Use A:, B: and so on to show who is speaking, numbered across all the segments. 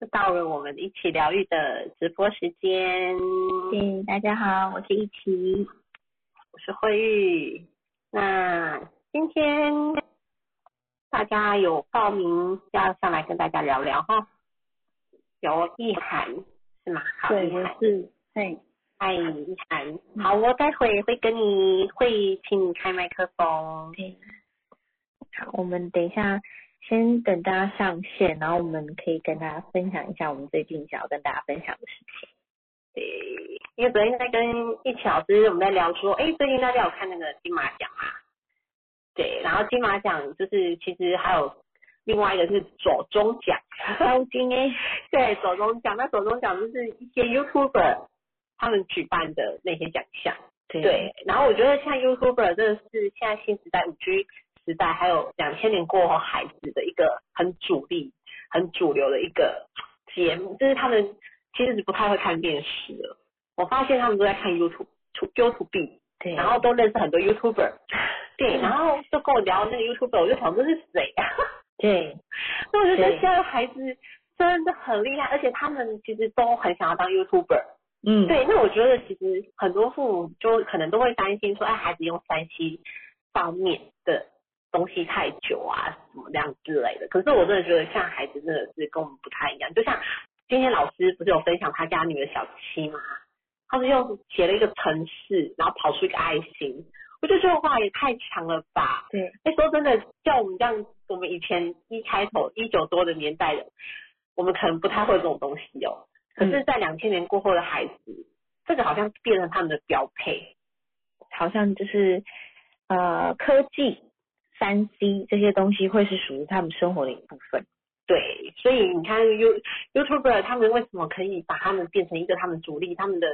A: 又到了我们一起疗愈的直播时间，
B: 对，大家好，我是一琪。
A: 我是慧玉。那今天大家有报名要上来跟大家聊聊哈，有意涵是吗？好，
B: 对，
A: 意
B: 我嗯
A: 涵，
B: 是，对，
A: 嗨，意涵，好，我待会会跟你会请你开麦克风，
B: 对。好，我们等一下，先等大家上线，然后我们可以跟大家分享一下我们最近想要跟大家分享的事情。
A: 对，因为昨天在跟一起老师我们在聊说，哎，最近大家有看那个金马奖嘛？对，然后金马奖就是其实还有另外一个是左中奖，
B: 超金哎，
A: 对，手中奖，那手中奖就是一些 YouTuber 他们举办的那些奖项。
B: 对
A: 对，然后我觉得像 YouTuber 真的是现在新时代五 G 时代，还有两千年过后孩子的一个很主力、很主流的一个节目，就是他们其实是不太会看电视的。我发现他们都在看 YouTube、YouTube，
B: 对，
A: 然后都认识很多 YouTuber。对，然后就跟我聊那个 YouTuber，我就想这是谁啊？
B: 对
A: 那我就觉得
B: 对
A: 现在的孩子真的很厉害，而且他们其实都很想要当 YouTuber。
B: 嗯
A: 对，那我觉得其实很多父母就可能都会担心说，哎，孩子用三 C 方面的东西太久啊，什么这样之类的。可是我真的觉得，像孩子真的是跟我们不太一样。就像今天老师不是有分享他家女儿小七吗？他是用写了一个程式，然后跑出一个爱心，我就觉得哇，也太强了吧！
B: 对
A: 哎，说真的，像我们这样，我们以前一开头一九多的年代的，我们可能不太会这种东西哦。可是，在两千年过后的孩子，这个好像变成他们的标配。
B: 好像就是呃科技、三 C 这些东西会是属于他们生活的一部分。
A: 对，所以你看 You YouTuber 他们为什么可以把他们变成一个他们主力、他们的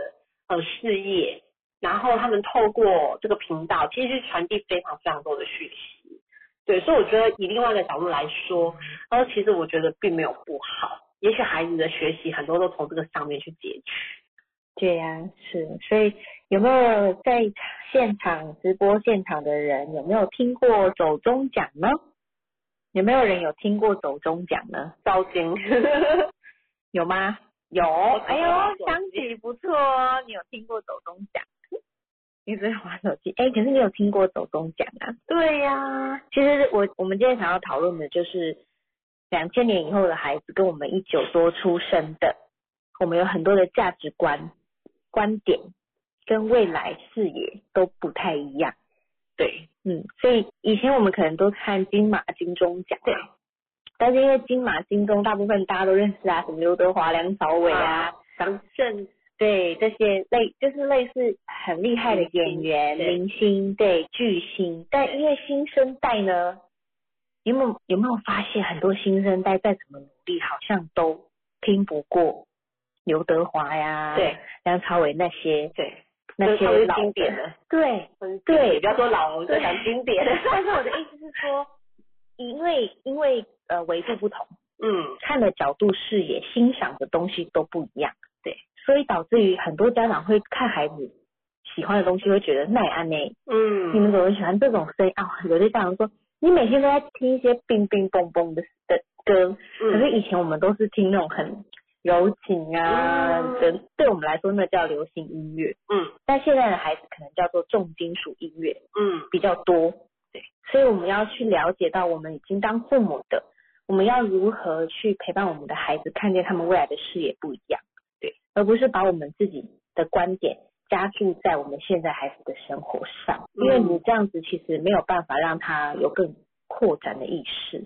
A: 呃事业，然后他们透过这个频道，其实是传递非常非常多的讯息。对，所以我觉得以另外一个角度来说，呃，其实我觉得并没有不好。也许孩子的学习很多都从这个上面去截取。
B: 对呀、是，所以有没有在现场直播现场的人有没有听过走中奖呢？有没有人有听过走中奖呢？
A: 糟心，
B: 有吗？
A: 有，
B: 哎呦，想起不错哦，你有听过走中奖？ 你只是玩手机，哎，可是你有听过走中奖啊？
A: 对呀、
B: 其实我我们今天想要讨论的就是两千年以后的孩子跟我们一九多出生的，我们有很多的价值观、观点跟未来视野都不太一样。
A: 对
B: 嗯，所以以前我们可能都看金马、金钟奖，
A: 对，
B: 但是因为金马、金钟大部分大家都认识啊，什么刘德华、梁朝伟啊，
A: 张震
B: 对这些类就是类似很厉害的演员、
A: 明
B: 明星，对巨星。但因为新生代呢，你有没有有没有发现很多新生代再怎么努力，好像都拼不过刘德华呀、
A: 对
B: 梁朝伟那些
A: 对，
B: 那
A: 就是
B: 些
A: 他们是
B: 老
A: 经典
B: 的。
A: 的，
B: 对，
A: 嗯
B: 对
A: 也不要说老，我们就
B: 对
A: 讲经典。
B: 但是我的意思是说，因为因为呃维度不同。
A: 嗯，
B: 看的角度、视野、欣赏的东西都不一样，
A: 对，
B: 所以导致于很多家长会看孩子喜欢的东西，会觉得奈安呢，
A: 嗯，
B: 你们怎么喜欢这种声音啊？有的家长说，你每天都在听一些冰冰蹦蹦的的歌，
A: 嗯
B: 可是以前我们都是听那种很柔情啊
A: 嗯
B: 的，对我们来说那叫流行音乐，
A: 嗯
B: 但现在的孩子可能叫做重金属音乐，
A: 嗯
B: 比较多，
A: 对，
B: 所以我们要去了解到我们已经当父母的，我们要如何去陪伴我们的孩子，看见他们未来的视野不一样，
A: 对，
B: 而不是把我们自己的观点加注在我们现在孩子的生活上，因为
A: 嗯
B: 你这样子其实没有办法让他有更扩展的意识，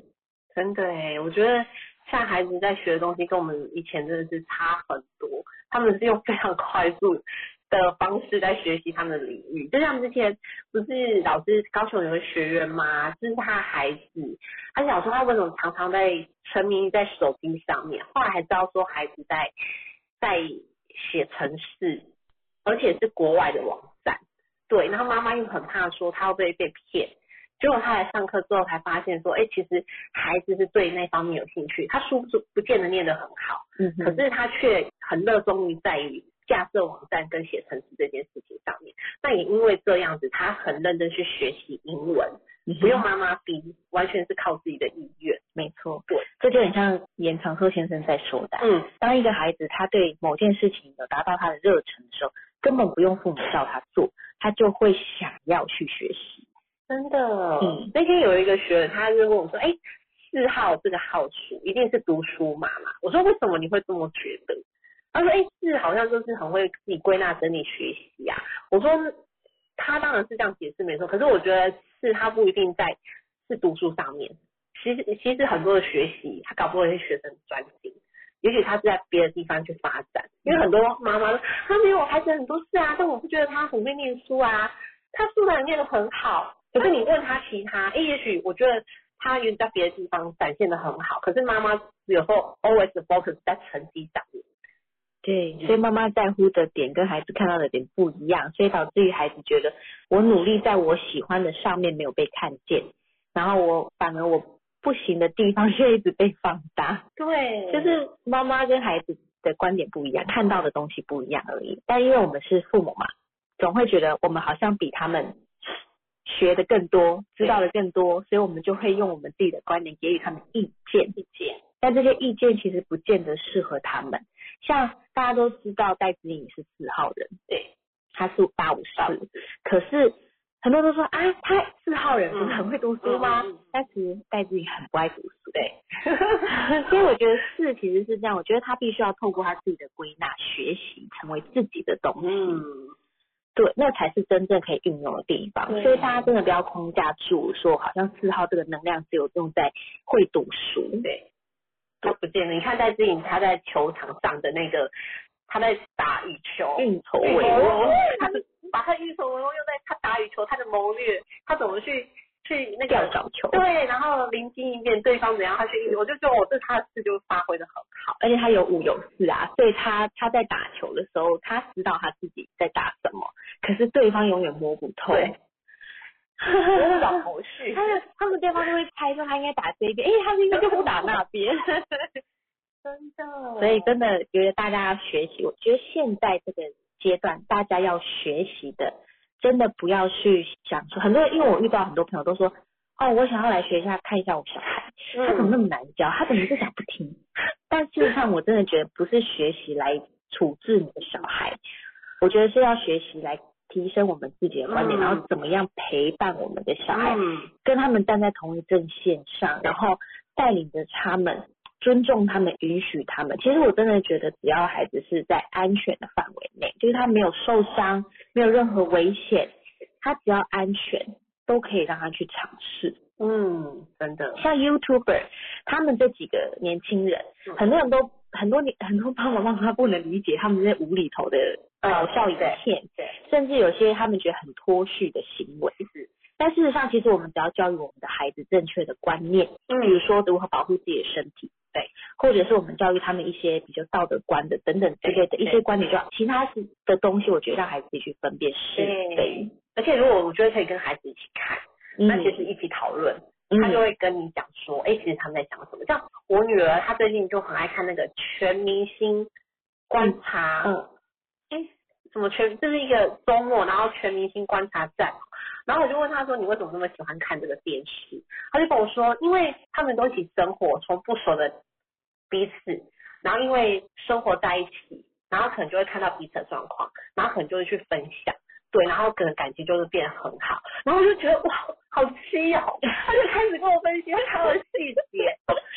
A: 真的哎，我觉得像孩子在学的东西跟我们以前真的是差很多，他们是用非常快速的方式在学习他们的领域。就像之前不是老师高雄有个学员嘛，就是他孩子，他想说他为什么常常在沉迷于在手机上面，后来还知道说孩子在在写程式，而且是国外的网站。对，然后妈妈又很怕说他会不会被骗，结果他来上课之后才发现说，哎、其实孩子是对那方面有兴趣，他书不不见得念得很好，
B: 嗯
A: 可是他却很热衷于在于架设网站跟写程式这件事情上面。那也因为这样子，他很认真去学习英文，
B: 是啊
A: 不用妈妈逼，完全是靠自己的意愿。
B: 嗯没错，
A: 对，
B: 这就很像严长寿先生在说的啊、
A: 嗯，
B: 当一个孩子他对某件事情有达到他的热忱的时候，根本不用父母叫他做，他就会想要去学习。
A: 真的。
B: 嗯
A: 那天有一个学员，他就问我说：“哎、四号这个号数一定是读书嘛嘛？”我说：“为什么你会这么觉得？”他说：“哎、四好像就是很会自己归纳整理学习啊。”我说：“他当然是这样解释没错，可是我觉得是他不一定在是读书上面。其实其实很多的学习，他搞不好有些学生专心。”也许他是在别的地方去发展，因为很多妈妈说，他没有我孩子很多事啊，但我不觉得他很会念书啊，他素然念得很好，可是你问他其他，诶、也许我觉得他也许在别的地方展现的很好，可是妈妈有时候 always focus 在成绩上面。
B: 对，
A: 嗯
B: 所以妈妈在乎的点跟孩子看到的点不一样，所以导致于孩子觉得我努力在我喜欢的上面没有被看见，然后我反而我不行的地方却一直被放大，
A: 对
B: 就
A: 就是
B: 是妈妈跟孩子的观点不一样，看到的东西不一样而已。但因为我们是父母嘛，总会觉得我们好像比他们学的更多，知道的更多，所以我们就会用我们自己的观点给予他们意见。
A: 意见，
B: 但这些意见其实不见得适合他们。像大家都知道戴子颖是四号人，
A: 对，
B: 他是八五四，可是很多人都说啊，他四号人不是很会读书吗？
A: 嗯嗯嗯
B: 但其实戴子颖很不爱读书，
A: 对，
B: 所以我觉得四其实是这样，我觉得他必须要透过他自己的归纳学习，成为自己的东西，
A: 嗯，
B: 对，那才是真正可以运用的地方。
A: 对
B: 所以大家真的不要框架住，说好像四号这个能量只有用在会读书，
A: 对，他不见了。你看戴志颖，他在球场上的那个，他在打羽球，
B: 运筹
A: 对哦
B: 帷幄。
A: 他是把他运筹帷幄用在他打羽球，他的谋略，他怎么去去那
B: 吊
A: 个
B: 脚球，
A: 对，然后灵机应变，对方怎样他去应对，我就觉得我对他的事就发挥的 很好。
B: 而且他有五有四啊，所以他他在打球的时候，他知道他自己在打什么，可是对方永远摸不透。
A: 对我是老头绪
B: 他们他们对方就会猜说他应该打这边，哎、他应该就不打那边。
A: 真的，
B: 所以真的觉得大家要学习，我觉得现在这个阶段大家要学习的，真的不要去想说很多人，因为我遇到很多朋友都说，哦，我想要来学一下看一下我小孩，他怎么那么难教？他怎么就讲不听？但事实上，我真的觉得不是学习来处置你的小孩，我觉得是要学习来提升我们自己的观点，
A: 嗯
B: 然后怎么样陪伴我们的小孩，
A: 嗯
B: 跟他们站在同一阵线上，然后带领着他们，尊重他们，允许他们。其实我真的觉得，只要孩子是在安全的范围内，就是他没有受伤，没有任何危险，他只要安全，都可以让他去尝试。
A: 嗯，真的，
B: 像 YouTuber，他们这几个年轻人，
A: 嗯
B: 很多人都很多年很多爸爸妈妈不能理解他们这些无厘头的
A: 呃
B: 搞笑影片，
A: 对，
B: 甚至有些他们觉得很脱序的行为。但事实上，其实我们只要教育我们的孩子正确的观念，比如
A: 嗯
B: 说如何保护自己的身体，对，或者是我们教育他们一些比较道德观的等等之类的
A: 对
B: 一些观点，就好。其他是的东西，我觉得让孩子自己去分辨是
A: 对
B: 非。
A: 而且如果我觉得可以跟孩子一起看，那其实一起讨论，
B: 嗯
A: 他就会跟你讲说，哎、其实他们在想什么。像我女儿，她最近就很爱看那个《全明星观察》
B: 嗯
A: 什么全，这是一个周末，然后全明星观察站，然后我就问他说，你为什么那么喜欢看这个电视？他就跟我说，因为他们都一起生活，从不熟的彼此，然后因为生活在一起，然后可能就会看到彼此的状况，然后可能就会去分享。对，然后可能感情就是变得很好，然后我就觉得哇，好稀哦，他就开始跟我分析他的细节。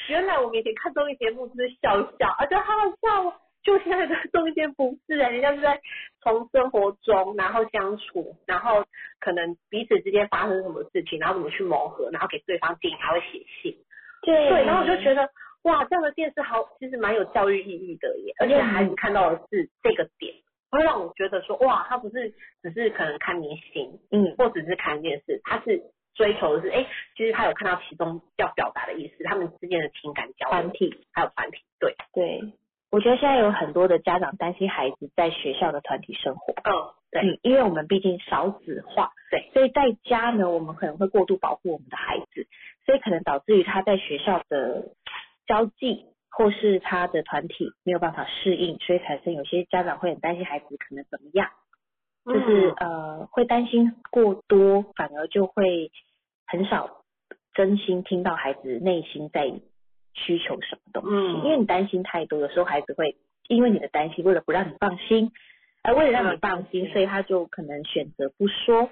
A: 原来我们以前看综艺节目就是笑一笑，啊，觉得好好笑哦。就现在的综艺节目不是啊，人家是在从生活中，然后相处，然后可能彼此之间发生什么事情，然后怎么去磨合，然后给对方建议，还会写信。
B: 对
A: 对，嗯然后我就觉得哇，这样的电视好，其实蛮有教育意义的耶，而且孩子看到的是这个点，会让我觉得说哇，他不是只是可能看明星，
B: 嗯
A: 或只是看电视，他是追求的是哎、其实他有看到其中要表达的意思，他们之间的情感交
B: 团
A: 流，
B: 体。
A: 还有团体，对，
B: 对，我觉得现在有很多的家长担心孩子在学校的团体生活，
A: 嗯，对，
B: 嗯，因为我们毕竟少子化，
A: 对，
B: 所以在家呢，我们可能会过度保护我们的孩子，所以可能导致于他在学校的交际或是他的团体没有办法适应，所以产生有些家长会很担心孩子可能怎么样，
A: 嗯
B: 就是、呃会担心过多，反而就会很少真心听到孩子内心在需求什么东西，
A: 嗯
B: 因为你担心太多，有时候孩子会因为你的担心，为了不让你放心，而为了让你
A: 嗯
B: 放心，
A: 对
B: 所以他就可能选择不说。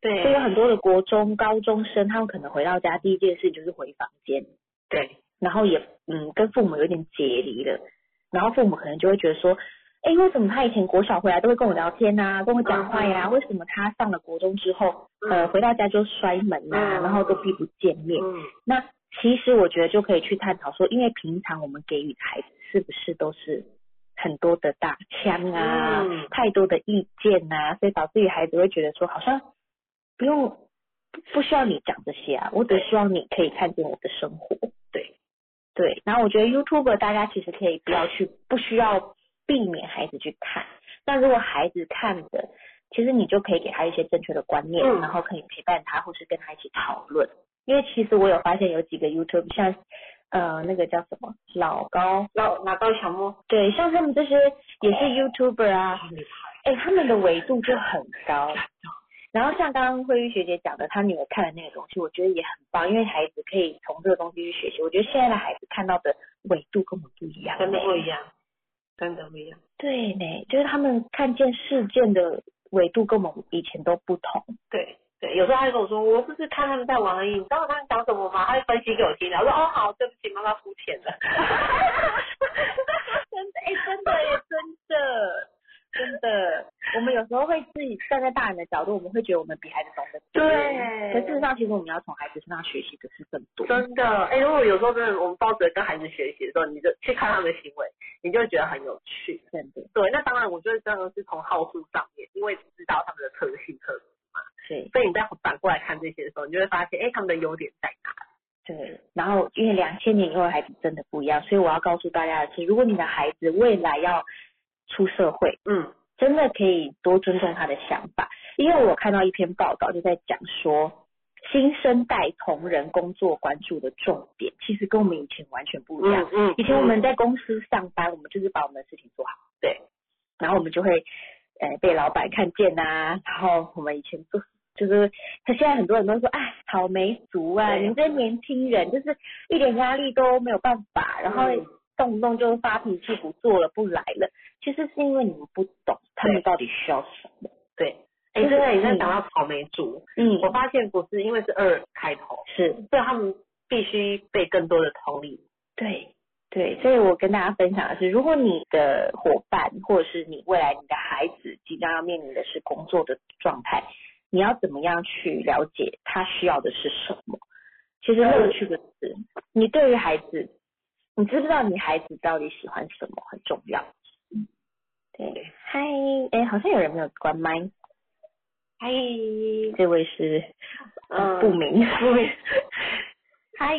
A: 对
B: 所以有很多的国中、高中生，他们可能回到家第一件事就是回房间，
A: 对
B: 然后也嗯跟父母有点解离了，然后父母可能就会觉得说，哎，为什么他以前国小回来都会跟我聊天呐、跟我讲话呀、
A: 嗯
B: 为什么他上了国中之后，呃，
A: 嗯
B: 回到家就摔门呐、
A: 嗯
B: 然后都避不见面？
A: 嗯
B: 那其实我觉得就可以去探讨说，因为平常我们给予的孩子是不是都是很多的打枪啊，
A: 嗯
B: 太多的意见呐、所以导致于孩子会觉得说，好像不用不不需要你讲这些啊，我只希望你可以看见我的生活。
A: 对
B: 对，然后我觉得 YouTube 大家其实可以不要去，不需要避免孩子去看。那如果孩子看的，其实你就可以给他一些正确的观念，
A: 嗯
B: 然后可以陪伴他，或是跟他一起讨论。因为其实我有发现有几个 YouTube 像呃那个叫什么老高，
A: 老老高小莫
B: 对，像他们这些也是 YouTuber 啊，
A: 好厉害
B: 哎、他们的维度就很高。然后像刚刚慧玉学姐讲的，她女儿看的那个东西，我觉得也很棒，因为孩子可以从这个东西去学习。我觉得现在的孩子看到的维度跟我们不一样，
A: 真的不一样，真的不一样。
B: 对呢，就是他们看见事件的维度跟我们以前都不同。
A: 对对，有时候他会跟我说，我只是看他们在玩而已，你知道他们讲什么吗？他会分析给我听，然后说哦好，对不起，妈妈肤浅了。
B: 真的，哎、真的耶，真的，真的，我们有时候会自己站在大人的角度，我们会觉得我们比孩子懂得多
A: 对
B: 可事实上，其实我们要从孩子身上学习的是更多。
A: 真的，哎、如果有时候真的我们抱着跟孩子学习的时候，你就去看他们的行为，你就会觉得很有趣。
B: 真的，
A: 对，那当然，我觉得真的是从好处上面，因为知道他们的特性特质，
B: 对
A: 所以你再反过来看这些的时候，你就会发现，哎、他们的优点在哪？
B: 对。然后，因为两千年以后的孩子真的不一样，所以我要告诉大家的是，如果你的孩子未来要出社会，
A: 嗯
B: 真的可以多尊重他的想法，因为我看到一篇报道就在讲说，新生代同仁工作关注的重点，其实跟我们以前完全不一样。
A: 嗯嗯，
B: 以前我们
A: 在
B: 在公司上班，我们就是把我们的事情做好，
A: 对，
B: 然后我们就会呃被老板看见呐、然后我们以前做就是，他现在很多人都说，哎，草莓族啊，
A: 对
B: 你们这些年轻人就是一点压力都没有办法，然后
A: 嗯
B: 动不动就发脾气不做了不来了，其实是因为你们不懂他们到底需要什么。
A: 对，哎、真的，你在讲到草莓族，
B: 嗯
A: 我发现不是因为是二开头，
B: 是
A: 所以他们必须被更多的同理。
B: 对对，所以我跟大家分享的是，如果你的伙伴或者是你未来你的孩子即将要面临的是工作的状态，你要怎么样去了解他需要的是什么？其实乐趣的是，你对于孩子，你知不知道你孩子到底喜欢什么很重要。嗯对，嗨，哎，好像有人没有关麦，
A: 嗨，
B: 这位是
A: 嗯，
B: 不明，
A: 不 明，嗨，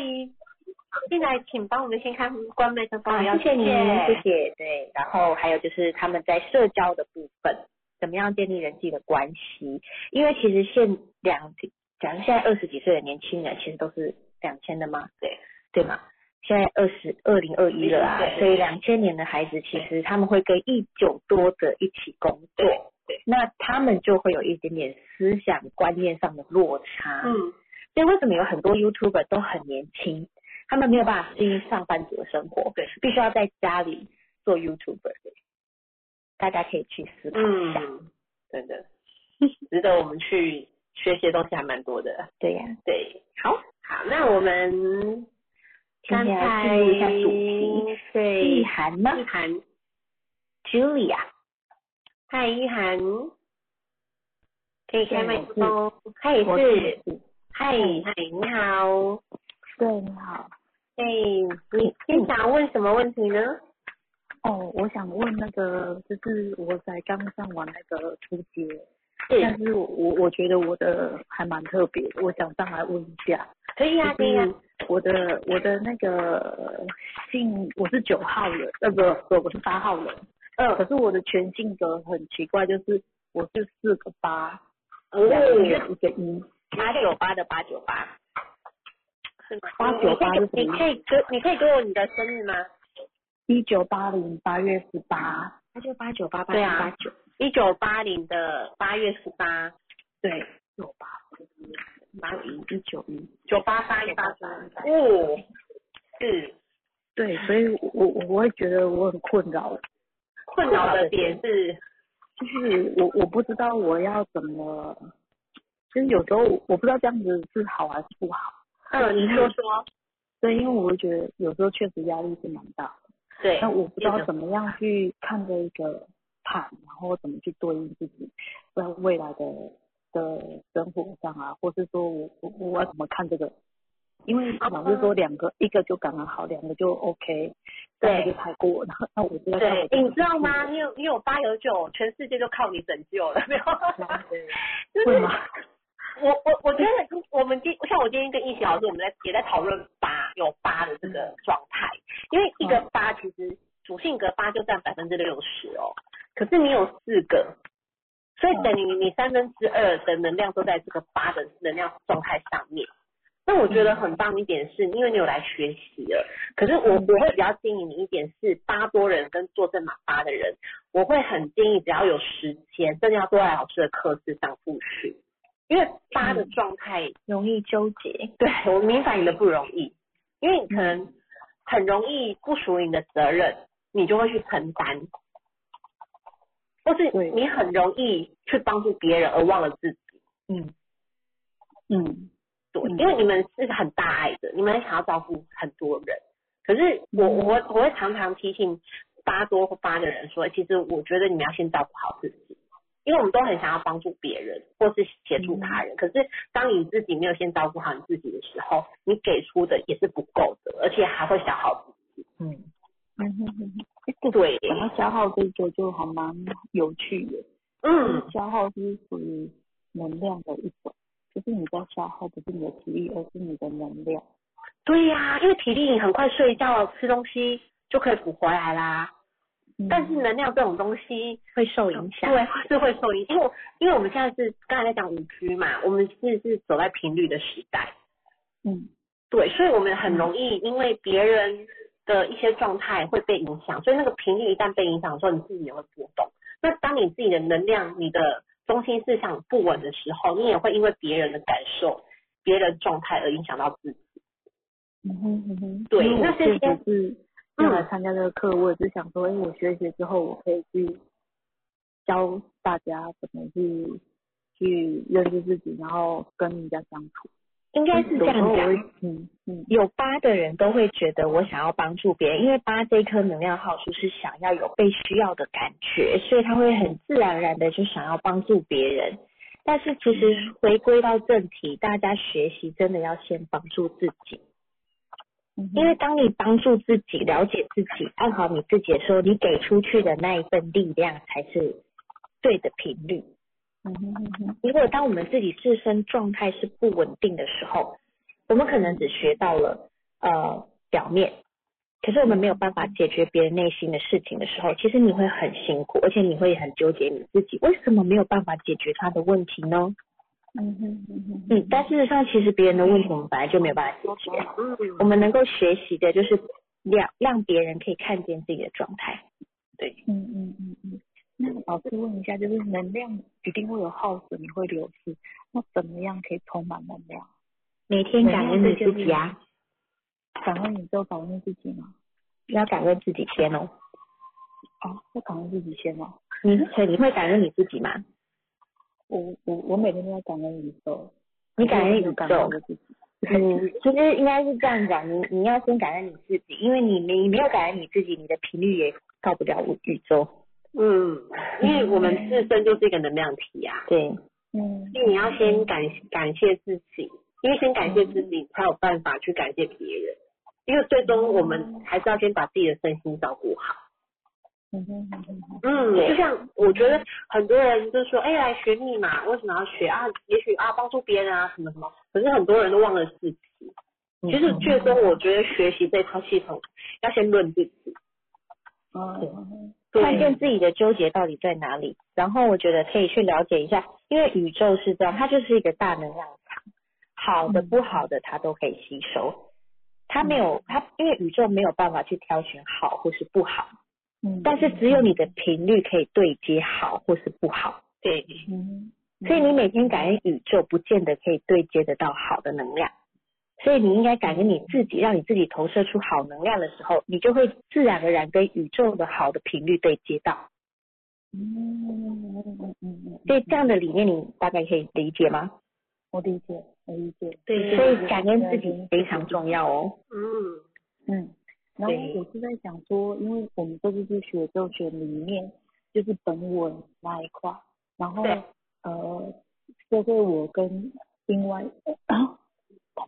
A: 进来请帮我们先看关麦克风，
B: 啊，
A: 要
B: 谢谢你，谢谢。对，然后还有就是他们在社交的部分，怎么样建立人际的关系？因为其实现两，假如现在二十几岁的年轻人，其实都是两千的嘛，
A: 对
B: 对嘛？现在二十二零二一了啊，
A: 对
B: 所以两千年的孩子其实他们会跟一九多的一起工作
A: 对，对，
B: 那他们就会有一点点思想观念上的落差。
A: 嗯，
B: 所以为什么有很多 YouTuber 都很年轻，他们没有办法适应上班族的生活，
A: 对，
B: 必须要在家里做 YouTuber。大家可以去思考一下，
A: 嗯，真的， 值得我们去学习的东西还蛮多的。
B: 对呀、
A: 对，好，好，那我们
B: 今
A: 刚
B: 天来
A: 才
B: 进入一下主题，
A: 对，嗯
B: 意涵呢
A: 一涵，
B: ？Julia，
A: 嗨，一涵，可以开麦克风，嗨，
B: 我
A: 是，
B: 是
A: 嗨，嗨，你好，
C: 对，你好。
A: 哎，你你想问什么问题呢？
C: 哦，我想问那个，就是我才刚上完那个初阶，但
A: 是，
C: 是我我我觉得我的还蛮特别的，我想上来问一下，
A: 可以啊，可以啊，
C: 我的我的那个姓，我是九号人，那个不，我是八号人， 可
A: 嗯，
C: 是我的全性格很奇怪，就是我是四个八，
B: 嗯
A: 哦
C: 两个一个一，
B: 八九八的八九八，
A: 是吗
C: 八九八是什么
A: 你可以你可以给你可以给我你的生日吗？
C: 一九八零八月十八，
B: 他就八九八八
A: 对
B: 九
A: 啊
B: 八九，
A: 一九八零的八月十八，
C: 对，九八，
A: 哪里？
B: 一九一，
A: 九八三一八三哦，是
B: 对，所以我我我会觉得我很困扰，
A: 困扰的点是，
B: 就是我我不知道我要怎么，就是有时候我我不知道这样子是好还是不好，
A: 嗯，你说说，
B: 对，因为我会觉得有时候确实压力是蛮大的，
A: 对，
B: 但我不知道怎么样去看这一个盘，然后怎么去对应自己在未来的的生活上啊，或是说我我我要怎么看这个，因为
A: 哦
B: 老师说两个一个就刚刚好，两个就 OK，
A: 对
B: 三个就太过，然 后那我不知道
A: 对，
B: 要怎
A: 欸
B: 么
A: 你知道吗？你有你有八有九，全世界就靠你拯救了，没 有？就
B: 会
A: 是
B: 吗？
A: 我我我觉得我们今像我今天跟一起老师，我们在也在讨论八有八的这
B: 嗯
A: 个状态，因为一个八其实主性格八就占百分之六十哦，可是你有四个，所以
B: 嗯
A: 等于你三分之二的能量都在这个八的能量状态上面。那我觉得
B: 嗯
A: 很棒一点是，因为你有来学习了，可是我
B: 嗯
A: 我会比较建议你一点是，八多人跟做正马八的人，我会很建议只要有时间，真的要多来老师的课室上复训，因为八的状态
D: 容易纠结。
A: 对我明白你的不容易，因为你可能很容易不属于你的责任，你就会去承担，或是
B: 对
A: 你很容易去帮助别人而忘了自己。
B: 嗯嗯
A: 对，
B: 嗯
A: 因为你们是很大爱的，你们想要照顾很多人。可是我
B: 嗯
A: 我我会常常提醒八多或八的人说，其实我觉得你们要先照顾好自己，因为我们都很想要帮助别人或是协助他
B: 嗯
A: 人。可是当你自己没有先照顾好你自己的时候，你给出的也是不够的，而且还会消耗自己。
D: 嗯，
B: 嗯哼哼哼，哎，对，
A: 对，
B: 然后消耗这个就还蛮有趣的。
A: 嗯，
B: 消耗是属于能量的一种，就是你在消耗不是你的体力，而是你的能量。
A: 对呀、因为体力你很快睡觉吃东西就可以补回来啦，
B: 嗯
A: 但是能量这种东西。
D: 会受影响。
A: 哦对，是会受影响，因为我因为我们现在是刚才在讲五 G 嘛，我们是是走在频率的时代，
B: 嗯，
A: 对，所以我们很容易因为别人的一些状态会被影响，所以那个频率一旦被影响的时候，你自己也会波动。那当你自己的能量、你的中心思想不稳的时候，你也会因为别人的感受、别人状态而影响到自己。
B: 嗯哼嗯哼，
A: 对
B: 因为
A: 那
B: 我
A: 这
B: 确
A: 些嗯
B: 实是要来参加这个课，我也是想说，哎，我学一学之后，我可以去教大家怎么去去认识自己，然后跟人家相处。
D: 应该是这
B: 有时候
D: 样
B: 我
D: 讲。
B: 会，嗯嗯，
D: 有八的人都会觉得我想要帮助别人，因为八这颗能量号数是想要有被需要的感觉，所以他会很自然而然的就想要帮助别人。但是其实回归到正题，大家学习真的要先帮助自己，
B: 嗯哼
D: 因为当你帮助自己、了解自己、按好你自己的时候，你给出去的那一份力量才是对的频率。
B: 嗯哼嗯哼，
D: 如果当我们自己自身状态是不稳定的时候，我们可能只学到了呃表面，可是我们没有办法解决别人内心的事情的时候，其实你会很辛苦，而且你会很纠结你自己为什么没有办法解决他的问题呢？
B: 嗯哼嗯哼，
D: 嗯，但事实上其实别人的问题我们本来就没有办法解决，
A: 嗯，
D: 我们能够学习的就是让让别人可以看见自己的状态。
B: 嗯嗯嗯嗯，那老师问一下，就是能量一定会有耗损，你会流失，那怎么样可以充满能量？
D: 每天感恩你自己啊，
B: 感恩宇宙，感恩自己吗？
D: 要感恩自己先哦。
B: 哦，要感恩自己先哦。
D: 你所以你会感恩你自己吗？
B: 我我我每天都在感恩宇宙，
D: 你感恩宇
B: 我感
D: 宙
B: 恩，我自己。
D: 嗯，其实应该是这样讲，你你要先感恩你自己，因为你没你没有感恩你自己，你的频率也到不了宇宙。
A: 嗯，因为我们自身就是一个能量体啊。
D: 对，
B: 嗯
A: 所以你要先感感谢自己，因为先感谢自己，才有办法去感谢别人。因为最终我们还是要先把自己的身心照顾好。
B: 嗯嗯嗯嗯
A: 嗯，
D: 对
A: 就像我觉得很多人就说，哎、来学密码，为什么要学啊？也许啊，帮助别人啊，什么什么。可是很多人都忘了自己。
B: 嗯
D: 嗯
A: 其实最终我觉得学习这套系统要先论自己，
B: 嗯
A: 对
D: 看见自己的纠结到底在哪里，然后我觉得可以去了解一下，因为宇宙是这样，它就是一个大能量场，好的
B: 嗯
D: 不好的它都可以吸收，它
A: 嗯
D: 没有它因为宇宙没有办法去挑选好或是不好，
B: 嗯
D: 但是只有你的频率可以对接好或是不好。
A: 对，
B: 嗯
D: 所以你每天感恩宇宙，不见得可以对接得到好的能量。所以你应该感恩你自己，让你自己投射出好能量的时候，你就会自然而然跟宇宙的好的频率对接到。
B: 嗯嗯嗯嗯，
D: 所以这样的理念，你大概可以理解吗？
B: 我理解，我理解，
A: 对
D: 所以感恩自己非常重要哦。
A: 嗯，
B: 嗯。然后我是在想说，因为我们这次去学之后学理念就是本我那一块，然后
A: 对
B: 呃，这是我跟另外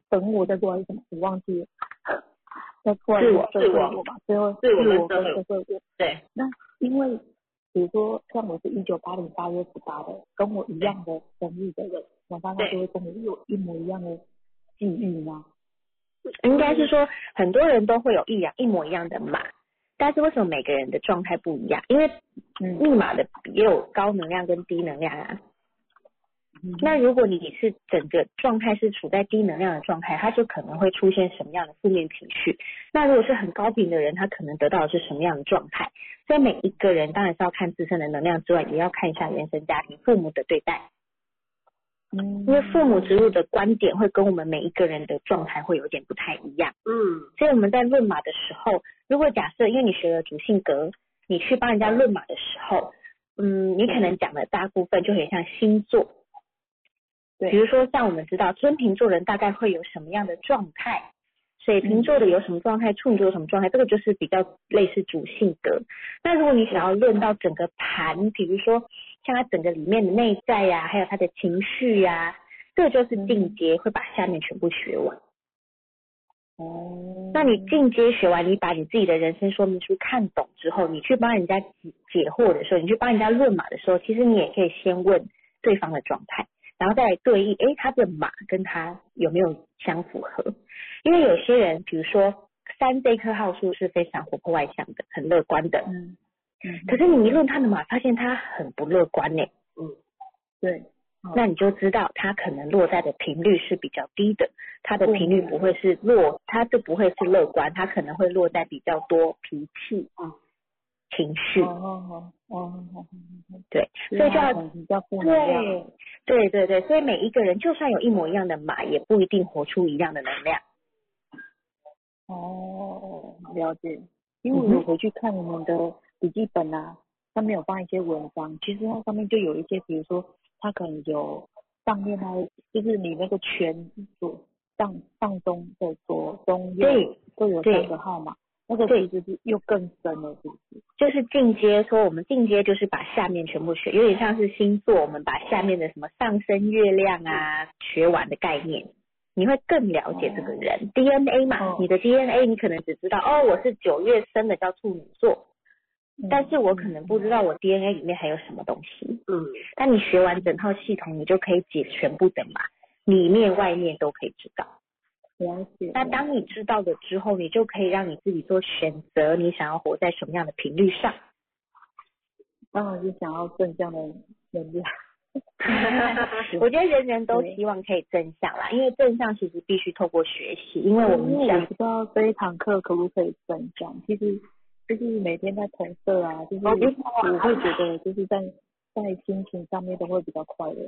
B: 本我在做还是什么，我忘记了。在做
A: 自我
B: 社
A: 自
B: 会
A: 我
B: 我吧，最后
A: 自我跟
B: 跟
A: 社会
B: 社会我，
A: 对，
B: 因为比如说像我是一九八零八月十八的，跟我一样的生日的人，然后他
A: 对
B: 就会跟我有一模一样的际遇吗？
D: 应该是说，很多人都会有一样一模一样的码，但是为什么每个人的状态不一样？因为
B: 嗯，
D: 密码的也有高能量跟低能量啊。
B: 嗯
D: 那如果你是整个状态是处在低能量的状态，它就可能会出现什么样的负面情绪？那如果是很高频的人，他可能得到的是什么样的状态？所以每一个人当然是要看自身的能量之外，也要看一下原生家庭父母的对待，
B: 嗯
D: 因为父母植入的观点会跟我们每一个人的状态会有点不太一样。
A: 嗯，
D: 所以我们在论码的时候，如果假设因为你学了主性格，你去帮人家论码的时候，嗯，你可能讲的大部分就很像星座。
B: 对
D: 比如说像我们知道天秤座人大概会有什么样的状态，水瓶座的有什么状态，处女座有什么状态，这个就是比较类似主性格。那如果你想要论到整个盘，比如说像它整个里面的内在呀、还有它的情绪呀、这个就是进阶，会把下面全部学完。
B: 哦，
D: 那你进阶学完，你把你自己的人生说明书看懂之后，你去帮人家解解惑的时候，你去帮人家论码的时候，其实你也可以先问对方的状态，然后再来对应，诶，他的码跟他有没有相符合？因为有些人，比如说三这一颗号数是非常活泼外向的，很乐观的，
B: 嗯，嗯
D: 可是你一论他的码，发现他很不乐观呢、
B: 嗯对，嗯
D: 那你就知道它可能落在的频率是比较低的，它的
B: 嗯
D: 频率不会是落，它就不会是乐观，它可能会落在比较多脾气、
A: 嗯
D: 情绪，
B: 哦哦哦哦，
D: 对，
B: 所
D: 所以就要
B: 啊比较负能量
D: 对，对对对，所以每一个人就算有一模一样的码，也不一定活出一样的能量。
B: 哦，了解。因
D: 嗯
B: 为我回去看我们的笔记本啊，上面有放一些文章，其实它上面就有一些，比如说它可能有上面它就是你那个全左上上中的左中右
D: 对，
B: 都有
D: 对
B: 三个号码，那个
D: 对
B: 其实是又更深了，是不是？
D: 就是进阶，说我们进阶就是把下面全部学，有点像是星座，我们把下面的什么上升、月亮啊学完的概念，你会更了解这个人、DNA 嘛？
B: 哦
D: 你的 DNA 你可能只知道哦，我是九月生的叫处女座，
B: 嗯
D: 但是我可能不知道我 DNA 里面还有什么东西。
A: 嗯，
D: 但你学完整套系统，你就可以解全部的嘛，里面外面都可以知道。
B: 了解。
D: 那当你知道了之后，你就可以让你自己做选择，你想要活在什么样的频率上。
B: 当然是想要正向的能量。
D: 我觉得人人都希望可以正向啦，因为正向其实必须透过学习，因为我们
B: 因为我
D: 想
B: 不知道这一堂课可不可以分享，其实就是每天在投射啊，就是
A: 哦
B: 我
A: 不用啊
B: 会觉得就是在在心情上面都会比较快乐。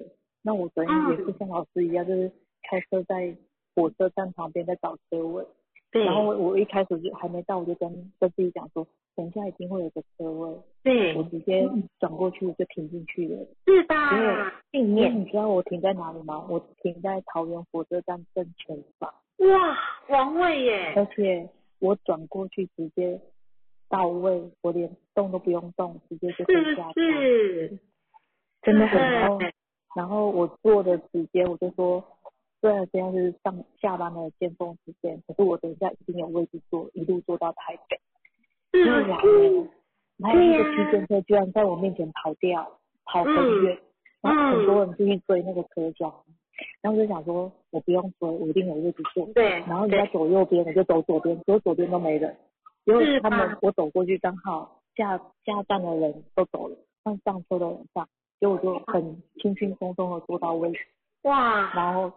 B: 那我昨天也
A: 嗯
B: 是像老师一样，就是开车在火车站旁边在找车位，
A: 对
B: 然后我我一开始就还没到，我就跟跟自己讲说，等一下一定会有个车位，
A: 对
B: 我，直接转过去就停进去了。
A: 是
B: 因为
A: 吧？
D: 信
B: 因为
D: 念，
B: 你知道我停在哪里吗？我停在桃园火车站正前方。
A: 哇，王位
D: 哎
A: 耶，
B: 而且我转过去直接到位，我连动都不用动，直接就是可以下
A: 不
B: 单。
A: 是？
D: 真的很
B: 然后
A: 对
B: 然后我做的直接我就说，虽然现在是上下班的尖峰时间，可是我等一下一定有位置坐，一路坐到台北。
A: 是
B: 然
A: 不
B: 后
A: 是？
B: 然后那
A: 对呀
B: 个区间车居然在我面前跑掉，跑很远，然后很多人就去追那个车厢。然后我就想说，我不用追，我一定有位置坐。
A: 对，
B: 然后你在
A: 对，
B: 走右边，我就走左边，结果左边都没人，结果
A: 是
B: 他们
A: 吧
B: 我走过去刚好下下站的人都走了，换上车的人上，结果我就很轻轻松松的坐到位置，
A: 哇，
B: 然后嗯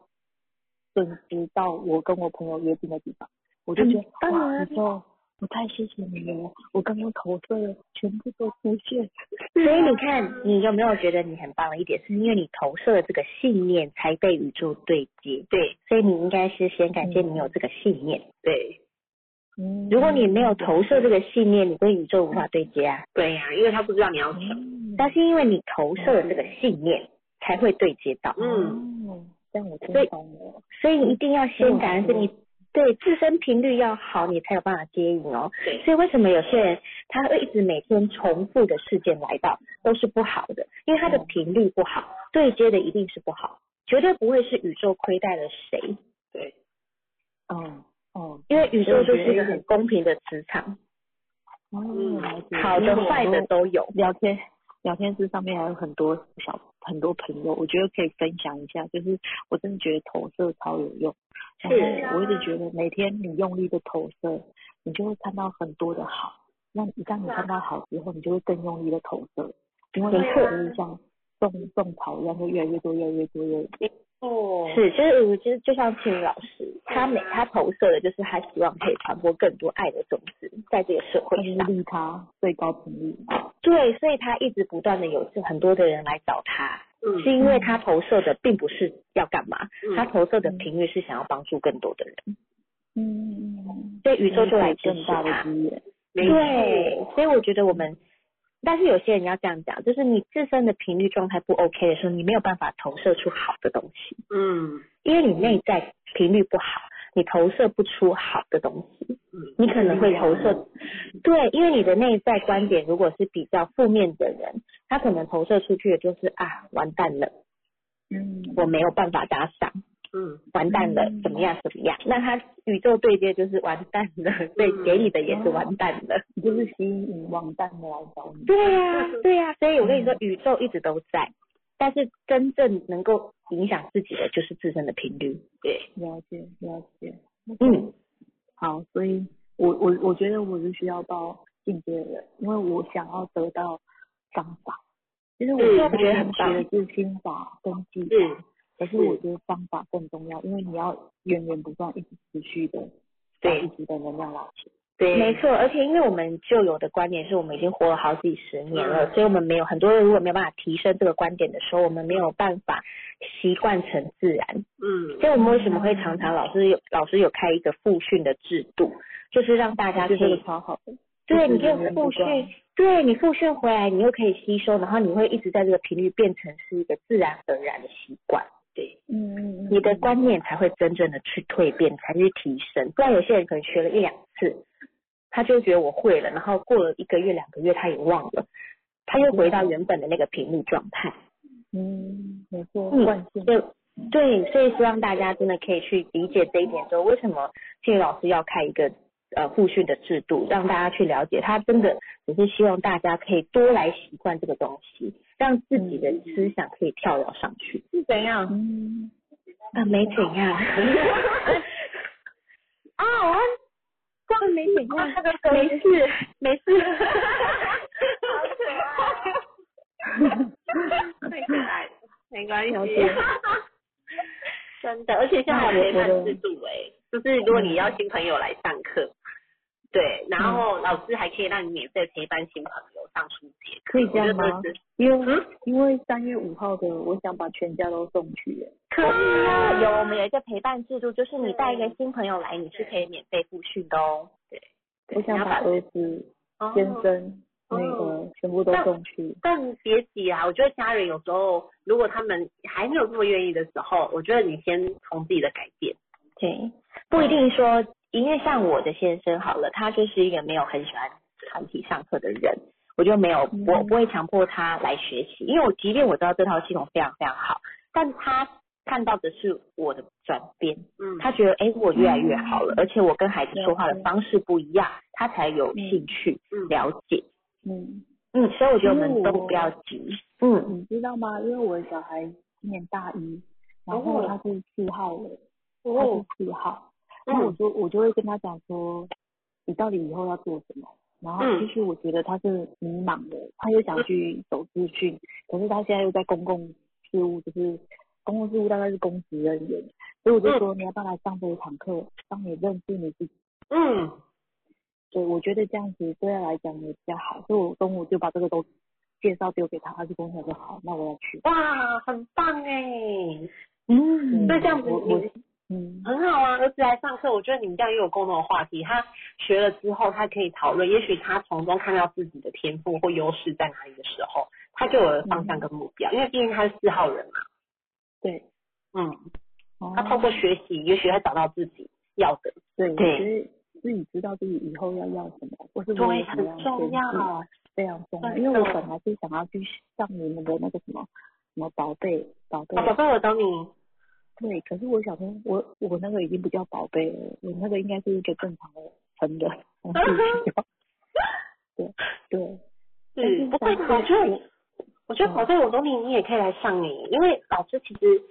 B: 准时到我跟我朋友约定的地方，我就觉得
D: 很棒啊
B: 哇，宇宙我太谢谢你了，我刚刚投射了，全部都出现。
D: 所以你看，你有没有觉得你很棒的一点，是因为你投射了这个信念，才被宇宙对接。
A: 对
D: 所以你应该是先感谢你有这个信念。
A: 对
B: 嗯
D: 如果你没有投射这个信念，你跟宇宙无法对接啊。
A: 对呀、因为他不知道你要什么。
B: 嗯
D: 但是因为你投射了这个信念，才会对接到。
A: 嗯，
B: 哦，这样我听
D: 所以
B: 懂了。
D: 所以一定要先感恩是你
B: 嗯
D: 对自身频率要好，你才有办法接应哦。
A: 对
D: 所以为什么有些人他会一直每天重复的事件来到都是不好的，因为他的
A: 嗯
D: 频率不好，对接的一定是不好，绝对不会是宇宙亏待了谁，
A: 对
B: 哦哦，
D: 因为宇宙就是一个很公平的磁场，
B: 哦
A: 嗯
B: 了解
D: 好
B: 因为
D: 的
B: 我
D: 坏的都有。
B: 聊天聊天室上面还有很多小很多朋友，我觉得可以分享一下，就是我真的觉得投射超有用。然后
D: 是
B: 我一直觉得每天你用力的投射，你就会看到很多的好。那一旦你看到好之后，你就会更用力的投射，因为你
A: 没错
B: 就是像种种草一样，会越来越多，越来越多，越来越多。
A: 哦
D: 是，就是我觉得就像青云老师，他每他投射的就是他希望可以传播更多爱的种子在这个社会
B: 它就是
D: 上，
B: 利他最高频率。
D: 对，所以他一直不断的有很多的人来找他，
A: 嗯
D: 是因为他投射的并不是要干嘛，
A: 嗯
D: 他投射的频率是想要帮助更多的人，
B: 嗯嗯嗯，
D: 所以宇宙就来支
B: 更
D: 持
B: 大的
D: 他。
B: 资源。
A: 没错
D: 对，所以我觉得我们，但是有些人要这样讲，就是你自身的频率状态不 OK 的时候，你没有办法投射出好的东西，
A: 嗯
D: 因为你内在频率不好，你投射不出好的东西，
A: 嗯
D: 你可能会投射，对，因为你的内在观点如果是比较负面的人，他可能投射出去的就是啊，完蛋了，
B: 嗯，
D: 我没有办法打赏。
A: 嗯
D: 完蛋了，
B: 嗯
D: 怎么样怎么样？那他宇宙对接就是完蛋了，对，给你的也是完蛋了。
B: 你就是吸引王蛋的来找你。
D: 对呀、 对呀、所以我跟你说
B: 嗯，
D: 宇宙一直都在，但是真正能够影响自己的就是自身的频率。对，
B: 了解了解，
D: 嗯，
B: 好，所以我我我觉得我是需要到进阶的人，因为我想要得到方法。其实我
D: 嗯
B: 那
D: 我觉得
B: 天
D: 很棒
B: 学的是心法跟技
A: 嗯
B: 法，可是我觉得方法更重要，因为你要源源不断、一直持续的
D: 对
B: 一直的能量来去。
A: 对
D: 没错。而且因为我们旧有的观点是我们已经活了好几十年了，
A: 嗯
D: 所以我们没有很多人如果没有办法提升这个观点的时候，我们没有办法习惯成自然。
A: 嗯
D: 所以我们为什么会常常老师有老师有开一个复训的制度，就是让大家可
B: 我觉得这
D: 以
B: 个超好的。
D: 对
B: 就是
D: 你可
B: 源
D: 以
B: 源
D: 复
B: 不断
D: 训，对你复训回来，你又可以吸收，然后你会一直在这个频率变成是一个自然而然的习惯，
A: 对
B: 嗯嗯嗯。
D: 你的观念才会真正的去蜕变，才去提升。不然有些人可能学了一两次，他就觉得我会了，然后过了一个月两个月他也忘了，他又回到原本的那个频率状态。
B: 嗯，没错，
D: 嗯
B: 惯性。
D: 对对，所以希望大家真的可以去理解这一点，说为什么庆宇老师要开一个呃复训的制度，让大家去了解，他真的只是希望大家可以多来习惯这个东西，让自己的思想可以跳跃上去。
A: 是怎样？
B: 嗯，
D: 啊，没怎样。啊，我这样没怎样，没事没 事。
A: 好可爱，啊 太可爱了，没关
B: 了
A: 系
B: 解。
A: 真的，而且现在
B: 那
A: 还
B: 我
A: 有陪
B: 觉
A: 伴
B: 得
A: 制度哎、就是如果你邀新朋友来上课，对，然
B: 嗯
A: 后老师还可以让你免费陪伴新朋友上初节课，
B: 可以这样吗
A: 我觉得是
B: 因为、
A: 嗯
B: 因为三月五号的，我想把全家都送去耶。
D: 可以啊，有我们有一个陪伴制度，就是你带一个新朋友来，你是可以免费复训的哦。
B: 我想把儿子、先
A: 哦
B: 生、
A: 哦
B: 那个全部都送去。
A: 但别急啊，我觉得家人有时候如果他们还没有这么愿意的时候，我觉得你先从自己的改变。
D: 对，不一定说，因为像我的先生好了，他就是一个没有很喜欢团体上课的人，我就没有，
B: 嗯
D: 我不会强迫他来学习，因为我即便我知道这套系统非常非常好，但他看到的是我的转变，
A: 嗯，
D: 他觉得哎、诶我越来越好了，而且我跟孩子说话的
B: 了解
D: 方式不一样，他才有兴趣
A: 嗯
D: 了解。
B: 嗯，
D: 嗯，所以我觉得我们
B: 哦
D: 都不要急。嗯，
B: 你知道吗？因为我的小孩今年大一，然后
A: 哦
B: 他是四号的，他
A: 哦
B: 是，四号。那我
A: 嗯
B: 就我就会跟他讲说，你到底以后要做什么？然后
A: 嗯
B: 其实我觉得他是迷茫的，他又想去走资讯，可是他现在又在公共事务，就是公共事务大概是公职人员，嗯所以我就说你要不要来上这一堂课，让你认识你自己。
A: 嗯，
B: 对，我觉得这样子对他来讲也比较好，所以我中午就把这个都介绍丢给他，他就跟我讲说好，那我要去。
A: 哇，很棒哎！
B: 嗯
A: 所以这样子
B: 我
A: 你
B: 我嗯，
A: 很好啊，儿子来上课，我觉得你们这样也有共同的话题。他学了之后，他可以讨论，也许他从中看到自己的天赋或优势在哪里的时候，他就有了方向跟目标。因为毕竟他是四号人嘛，
B: 对，
A: 嗯，
B: 哦
A: 他透过学习，也许他找到自己要的，
B: 对，我
D: 对
B: 觉得自己知道自己以后要要什么，或是
A: 所
B: 我
A: 以
B: 有什
A: 很
B: 么样的
A: 重
B: 天赋
A: 要。
B: 非常重要。
A: 对
B: 因为我
A: 对
B: 本来是想要去上你们的那个什么什么宝贝宝贝
A: 嗯好，，宝贝，我懂你。
B: 对，可是我想说，我我那个已经不叫宝贝了，我那个应该是一个正常的成人，我自己叫。 对对，但
A: 是，
B: 是
A: 不会的，
B: 但是
A: 我觉得，我觉得
B: 嗯
A: 宝贝我懂你，你也可以来上你，因为老师其实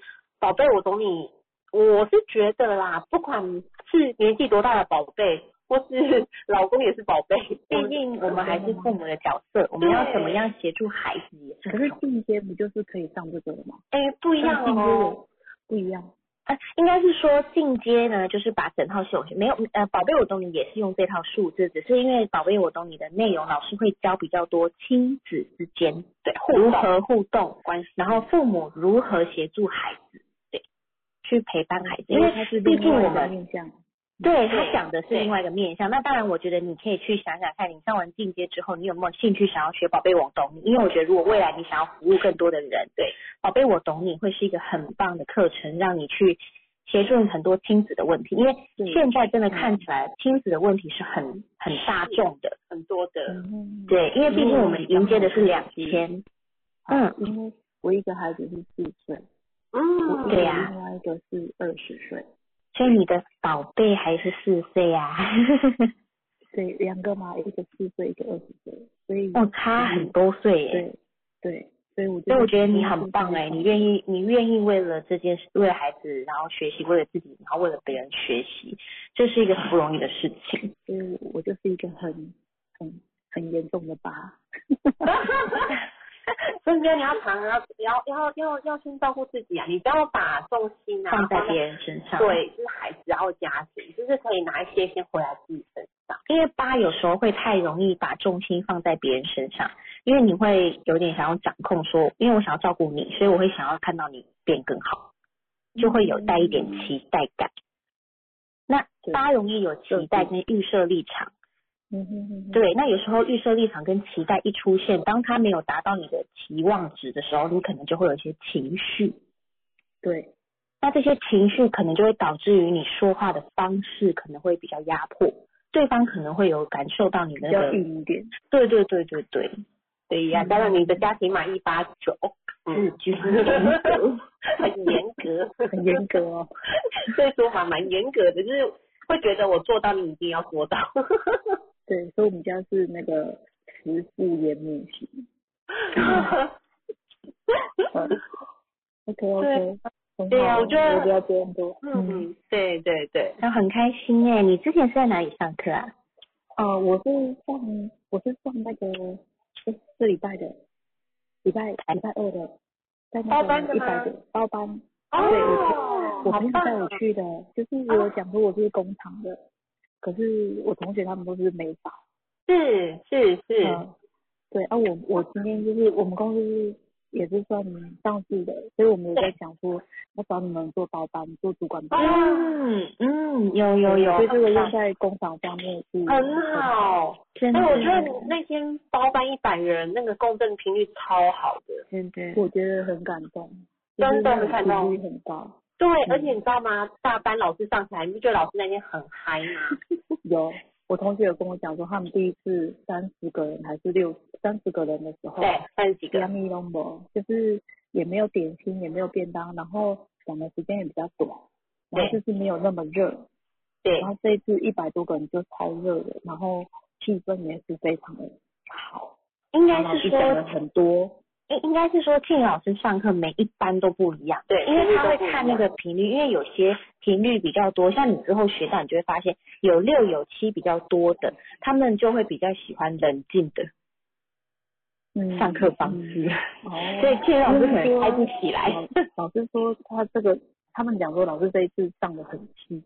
A: 宝贝我懂你，我是觉得啦，不管是年纪多大的宝贝，或是 老公也是宝贝，
D: 毕竟我们还是父母的角色，我们要怎么样协助孩子也是
B: 可
D: 很
B: 是
D: 重要。嗯
B: 进阶不就是可以上这个了吗？
A: 哎、不一样
B: 但进阶
A: 哦。
B: 有嗯不一样。
D: 呃，应该是说进阶呢，就是把整套系统没有呃，宝贝我懂你也是用这套数字，只是因为宝贝我懂你的内容老师会教比较多亲子之间
A: 对，互
D: 如
A: 动
D: 何互动，
A: 关系，
D: 然后父母如何协助孩子，对，去陪伴孩子，因
B: 因为
D: 为
B: 它是
D: 毕
B: 另
D: 竟
B: 外
D: 我
B: 一个
D: 们
B: 面向，
D: 对
A: 对
D: 他讲的是
A: 对
D: 另外一个面向，那当然，我觉得你可以去想想看，你上完进阶之后，你有没有兴趣想要学宝贝我懂你？因为我觉得如果未来你想要服务更多的人，对宝贝我懂你会是一个很棒的课程，让你去协助很多亲子的问题，因为
B: 对
D: 现在真的看起来亲子的问题是很很大众的，
A: 很多的，
B: 嗯，
D: 对，因为毕竟我们迎接的是两千，嗯，
B: 因为我一个孩子是四岁，
A: 嗯
B: 我
D: 对呀
B: 另外一个是二十岁，
D: 所以你的宝贝还是四岁啊呀、
B: 嗯对，两个嘛，一个四岁，一个二十岁，所以
D: 哦，差很多岁耶。
B: 对对，所以我
D: 所以我觉得你
B: 是
D: 很棒
B: 非
D: 哎、
B: 常
D: 你愿意，你愿意为了这件事，为了孩子，然后学习，为了自己，然后为了别人学习，这是一个很不容易的事情。
B: 所以我就是一个很很很严重的疤，
A: 所以你要常常要要要要先照顾自己啊，你不要把重心啊
D: 放在
A: 花
D: 别人身上，，
A: 对，就是孩子然后家庭，就是可以拿一些先回来自己身上。
D: 因为八有时候会太容易把重心放在别人身上，因为你会有点想要掌控说，因为我想要照顾你，所以我会想要看到你变更好，就会有带一点期待感。那八容易有期待跟预设立场。
B: 嗯哼哼哼，
D: 对，那有时候预设立场跟期待一出现，当他没有达到你的期望值的时候，你可能就会有一些情绪。
B: 对
D: 那这些情绪可能就会导致于你说话的方式可能会比较压迫，对方可能会有感受到你的
B: 比
D: 那
B: 较
D: 个。
B: 硬一点，
D: 对对对对对，
A: 对呀、嗯加上你的家庭满一八九，
D: 日
A: 嗯，
D: 剧严格
A: 很严格，
B: 很严格哦。
A: 所以说嘛蛮严格的，就是会觉得我做到你一定要做 到。
B: 对，所以我们家是那个慈父严母型。 嗯 OK OK，很好，
A: 对啊我
B: 我
A: 觉得
B: 不要这样做。嗯，
A: 嗯，对对对，
D: 那很开心哎、你之前是在哪里上课啊？
B: 呃，我是上我是上那个这这礼拜的礼拜礼拜二的，在那
A: 包班的
B: 个一
A: 吗
B: 百个包班，对
A: 哦，
B: 我
A: 好
B: 朋友带
A: 棒
B: 我
A: 哦，
B: 去的，就是我有讲过我是工厂的，可是我同学他们都是美发。
A: 是是是，
B: 嗯，对啊，我我今天就是我们公司是也是算上市的，所以我们有在想说要找你们做包班，做主管班。
A: 哦
D: 嗯嗯，有有有
B: 所以，这个用在工厂方面是
D: 哦
A: 很。好。
D: 真的
A: 哎，，我觉得你那天包办一百人，那个共振频率超好的。
D: 真的
B: 我觉得很感动，
A: 真的很感动
B: 就是那个频率很高。
A: 对，而且你知道吗？大班老师上起来，你不觉得老师那天很嗨吗？
B: 有，我同学有跟我讲说，他们第一次三十个人还是六三十个人的时候，
A: 对，三十几个，
B: 哦两米都没有，就是也没有点心，也没有便当，然后讲的时间也比较短，然
A: 对
B: 后就是没有那么热，
A: 对
B: 然后这一次一百多个人就超热的，然后气氛也是非常的好，
D: 应该
B: 然后
D: 是
B: 就讲
D: 说
B: 了很多，
D: 应应该是说，庆老师上课每一班都不一样，
A: 对
D: 因为他会
A: 频率都不一样
D: 看那个频率，因为有些频率比较多，像你之后学到，你就会发现有六有七比较多的，他们就会比较喜欢冷静的
B: 嗯，嗯
D: 上课方式，
B: 哦，
D: 所以庆老师可
B: 因
D: 能
B: 为
D: 开不起来。
B: 老老师说他这个，他们讲说老师这一次上的很细，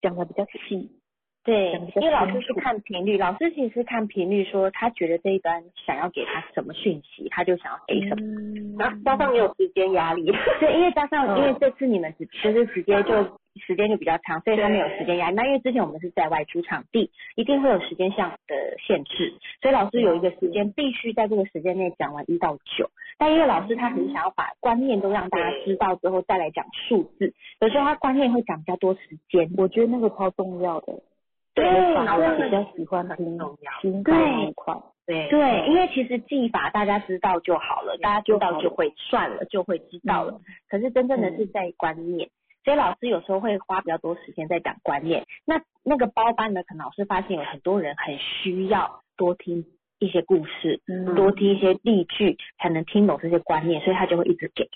B: 讲的比较细，
D: 对
B: 讲得比，较
D: 因为老师
B: 清
D: 是
B: 楚
D: 看频率，老师其实是看频率，说他觉得这一班想要给他什么讯息，他就想要给什么。
B: 嗯
A: 然后加上也有时间压力，
D: 对，因为加上、
A: 嗯
D: 因为这次你们只就是直接就时间就比较长，所以他没有时间压力。那因为之前我们是在外租场地，一定会有时间上的限制，所以老师有一个时间必须在这个时间内讲完一到九。但因为老师他很想要把观念都让大家知道之后再来讲数字，有时候他观念会讲比较多时间。
B: 我觉得那个超重要的，
D: 对
B: 我反而
D: 对
B: 比较喜欢
A: 很
B: 听
A: 重要
B: 听到那一
D: 对
B: 块。
A: 对
D: 对，因为其实技法大家知道就好了，大家知道就会算了，嗯就会知道了。可是真正的是在观念，所以老师有时候会花比较多时间在讲观念。那那个包班呢，可能老师发现有很多人很需要多听一些故事，
B: 嗯
D: 多听一些例句，才能听懂这些观念，所以他就会一直给。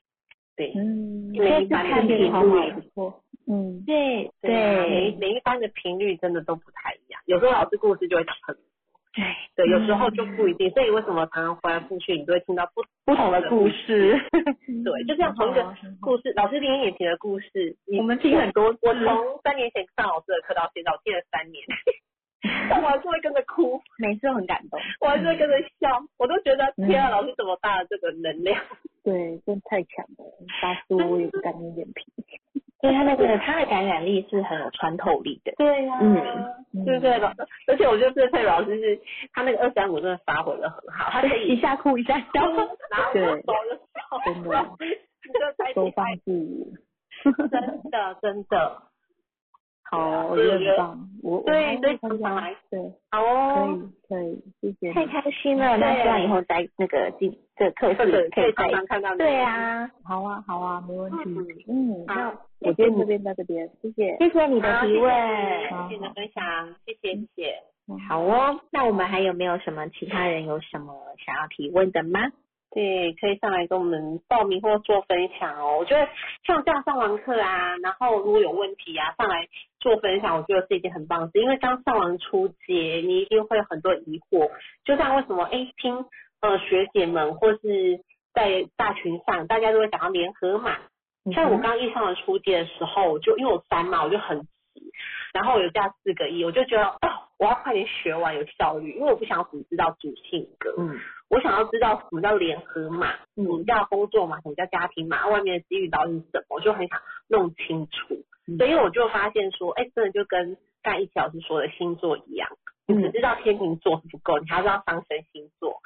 A: 对，
B: 嗯，
A: 因为每一班的频率
B: 不错，嗯，
D: 对
A: 啊每
D: 对
A: 一每一班的频率真的都不太一样，有时候老师故事就会讲很
D: 对，
A: 对，有时候就不一定，所以为什么常常回来复训，你都会听到不不同的故事？对，就像同一个
B: 嗯
A: 故事，老师听一年前的故事，你
D: 我们听很多次
A: 我从三年前上老师的课到现在，我听了三年，但我还是会跟着哭，
D: 每次都很感动。
A: 我还是会跟着笑，我都觉得天啊，老师怎么大的这个能量？
B: 对，真的太强了，大叔我也不敢捏眼皮。
D: 因为他那个他的感染力是很有穿透力的，
A: 对呀、
B: 嗯
A: 对不对？老师，而且我觉得最佩服老师是他那个二三五真的发挥的很好，他可以
D: 一下哭一下 笑。
A: 然后
B: 对
A: 走了笑，
B: 真的
A: 老师 你这才
B: 收
A: 厉
B: 放
A: 害，
B: 自如，
A: 真的真的。
B: 好，我觉得很棒，我我
A: 对
B: 还
A: 所以
B: 会
A: 常
B: 参
A: 常
B: 加
A: 来，
B: 对，
A: 好
B: 可
A: 哦，
B: 以可以，谢谢
D: 太
B: 你，
D: 开心了，那
A: 对
D: 希望以后在那个这这课
A: 或者
D: 是
A: 可
D: 可以
A: 以
D: 在
A: 常常看到你。
D: 对，啊，
B: 好啊好啊，没问
A: 嗯
B: 题，嗯，那
A: 好，
B: 我今天这边到这边，谢谢，
D: 谢谢你的
A: 好，谢
D: 提
A: 谢
D: 问。
A: 你，谢谢你的分享，谢谢谢谢。
B: 嗯
D: 好哦，那我们还有没有什么其他人有什么想要提问的吗？
A: 对，可以上来跟我们报名或做分享哦。我觉得像这样上完课啊，然后如果有问题啊，上来做分享，我觉得是一件很棒的事。因为刚上完初阶，你一定会有很多疑惑，就像为什么哎听呃学姐们或是在大群上，大家都会讲到联合码，
B: 嗯
A: 像我刚一上了初阶的时候，我就因为我三嘛，我就很急，然后我有加四个一，我就觉得哦，我要快点学完有效率，因为我不想要只知道主性格，
D: 嗯，
A: 我想要知道什么叫联合嘛，什么叫工作嘛，什么叫家庭嘛，啊外面的机遇到底是什么，我就很想弄清楚。所以我就发现说，哎、真的就跟刚才一小时说的星座一样，你只知道天秤座是不够，你还要知道上升星座。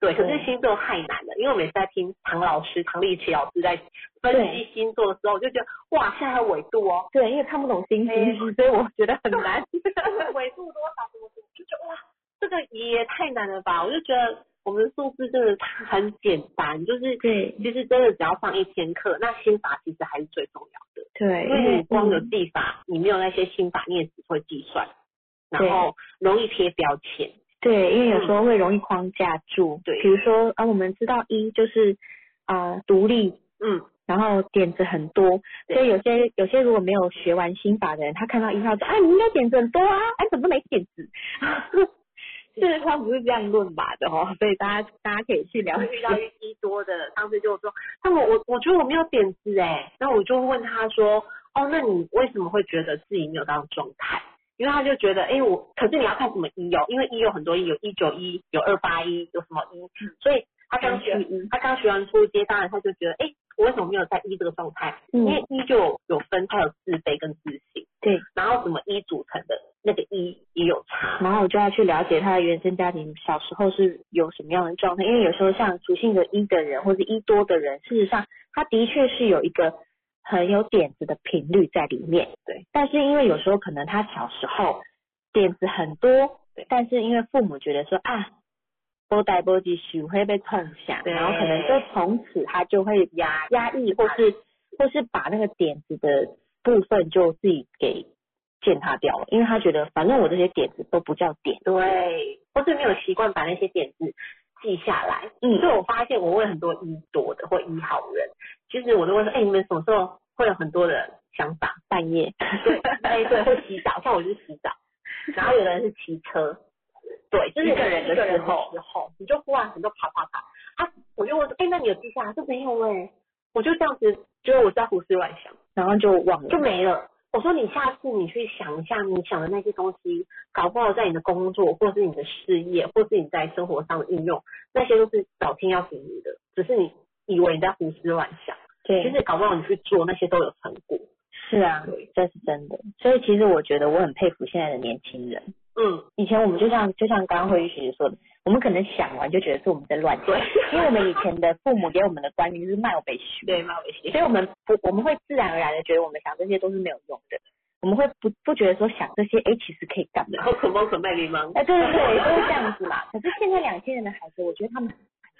A: 对，可是星座太难了，因为我每次在听唐老师、唐立奇老师在分析星座的时候，我就觉得哇，现在还有纬度哦，
D: 对，因为看不懂星
A: 哎
D: 星，所以我觉得很难。
A: 纬度多少什么什么，就觉得哇，这个也太难了吧！我就觉得我们的数字真的很简单，就是
D: 对
A: 其实真的只要上一天课，那心法其实还是最重要的。
D: 对，
A: 因为你光有技法，你没有那些心法，你也只会计算，然
D: 对
A: 后容易贴标签。
D: 对，因为有时候会容易框架住。
A: 对
D: 比如说啊，我们知道一就是啊独立，
A: 嗯，
D: 然后点子很多，
A: 对
D: 所以有些有些如果没有学完心法的人，他看到一号说啊，你应该点子很多啊，哎、怎么没点子？事实上不 是这样论吧的哦，所以大家大家可以去了
A: 会
D: 解。
A: 遇到一一多的，上次就说，那我我我觉得我没有点子哎，那我就问他说，哦，那你为什么会觉得自己没有到状态？因为他就觉得，哎、我可是你要看什么一哦，因为一有很多一，有一九一，有二八一，有什么一，所以他刚学
D: 嗯，
A: 他刚学完初阶，当然他就觉得，哎、我为什么没有在一这个状态？因为
D: 嗯，
A: 一就有有分，它有自卑跟自信，
D: 对，
A: 然后什么一组成的那个一也有差，
D: 然后我就要去了解他的原生家庭小时候是有什么样的状态，因为有时候像属性的一的人或者一多的人，事实上他的确是有一个很有点子的频率在里面，
A: 对。
D: 但是因为有时候可能他小时候点子很多，
A: 对
D: 但是因为父母觉得说啊，波带波及许会被碰响，
A: 对
D: 然后可能就从此他就会压压抑，或是或是把那个点子的部分就自己给践踏掉了，因为他觉得反正我这些点子都不叫点，
A: 对，或是没有习惯把那些点子记下来。
D: 嗯
A: 所以我发现我问很多一多的或一好人，其实我都问说，哎、你们什么时候会有很多的想法？
D: 半夜，
A: 对，哎、对，会洗澡，像我就是洗澡，然后有的人是骑车，对，就是
D: 一个人的
A: 一个
D: 时
A: 候
D: 候，
A: 时候你就忽然很多啪啪啪啊，我就问说，哎、那你有记欸下来？说没有哎、我就这样子，觉得我在胡思乱想，
D: 然后就忘了，
A: 就没了。我说你下次你去想一下，你想的那些东西，搞不好在你的工作，或是你的事业，或是你在生活上的运用，那些都是老天要给你的，只是你以为你在胡思乱想，
D: 对
A: 其，实搞不好你去做那些都有成果。
D: 是啊，这是真的。所以其实我觉得我很佩服现在的年轻人。
A: 嗯，
D: 以前我们就像就像刚刚慧玉学姐说的，我们可能想完就觉得是我们在乱想，
A: 对，
D: 因为我们以前的父母给我们的观念就是卖我被虚，
A: 对，蛮危险。
D: 所以我们不我们会自然而然的觉得我们想这些都是没有用的，我们会不不觉得说想这些哎其实可以干嘛？
A: 然后可梦可卖迷茫。
D: 哎对对对，都是这样子嘛。可是现在两千人的孩子，我觉得他们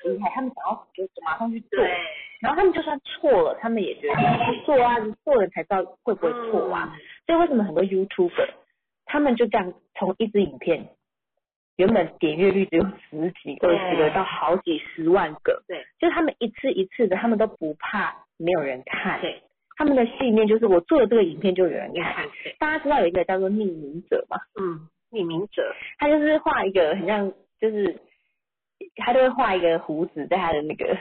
D: 很厉害，他们想要就马上去做，
A: 对，嗯
D: 然后他们就算错了，他们也觉得去做啊，做了才知道会不会错啊。所以为什么很多 YouTuber 他们就这样从一支影片，原本点阅率只有十几、
A: 对
D: 二十个，到好几十万个，
A: 对，
D: 就他们一次一次的，他们都不怕没有人看，
A: 对，
D: 他们的信念就是我做了这个影片就有人
A: 你
D: 看。
A: 看，对，
D: 大家知道有一个叫做匿名者嘛，
A: 嗯，匿名者，
D: 他就是画一个很像，就是他都会画一个胡子在他的那个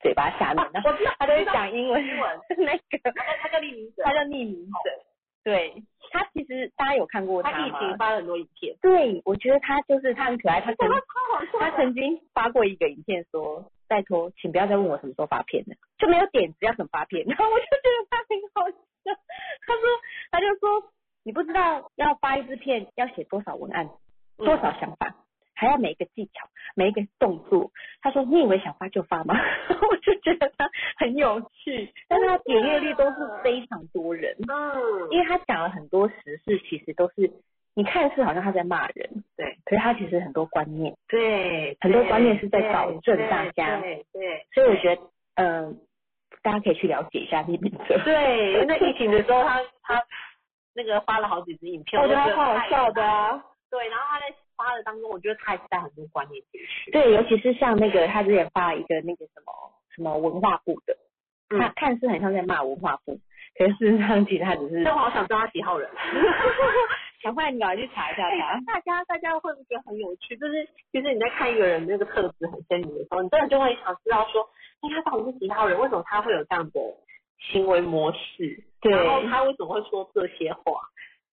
D: 嘴巴下面，然后
A: 啊知道
D: 他都会讲英文，
A: 英文，
D: 那个
A: 他他叫匿名者
D: 他，叫匿名者，对他其实大家有看过
A: 他
D: 他
A: 疫
D: 吗？
A: 情发了很多影片，
D: 对，我觉得他就是他很可爱，他 曾
A: 超好
D: 他曾经发过一个影片说，拜托，请不要再问我什么时候发片了，就没有点子要怎么发片， 然后我就觉得他很好笑，他说他就说你不知道要发一支片要写多少文案，
A: 嗯
D: 多少想法。还要每一个技巧，每一个动作。他说：“你以为想发就发吗？” 我就觉得他很有趣，但是他点阅率都是非常多人。
A: 嗯，
D: 因为他讲了很多时事，其实都是你看似好像他在骂人，
A: 对，
D: 可是他其实很多观念，
A: 对，
D: 很多观念
A: 对
D: 是在保证大家
A: 嗯对对
D: 所以我觉得，嗯、大家可以去了解一下匿名者。
A: 对对，那疫情的时候他他那个发了好几支影片，
D: 我觉得
A: 他
D: 哦他超好笑的啊。
A: 对，然后他在发的当中，我觉得他也是带很多观念进去。
D: 对，尤其是像那个他之前发了一个那个什么什么文化部的，
A: 嗯
D: 他看似很像在骂文化部，可是事实上其实他只是
A: 但我好想知道他几号人。
D: 想换你赶快去查一下他。
A: 大家大家会不会觉得很有趣？就是其实你在看一个人那个特质很鲜明的时候，你真的就会想知道说，哎，他到底是几号人？为什么他会有这样的行为模式？
D: 对
A: 然后他为什么会说这些话？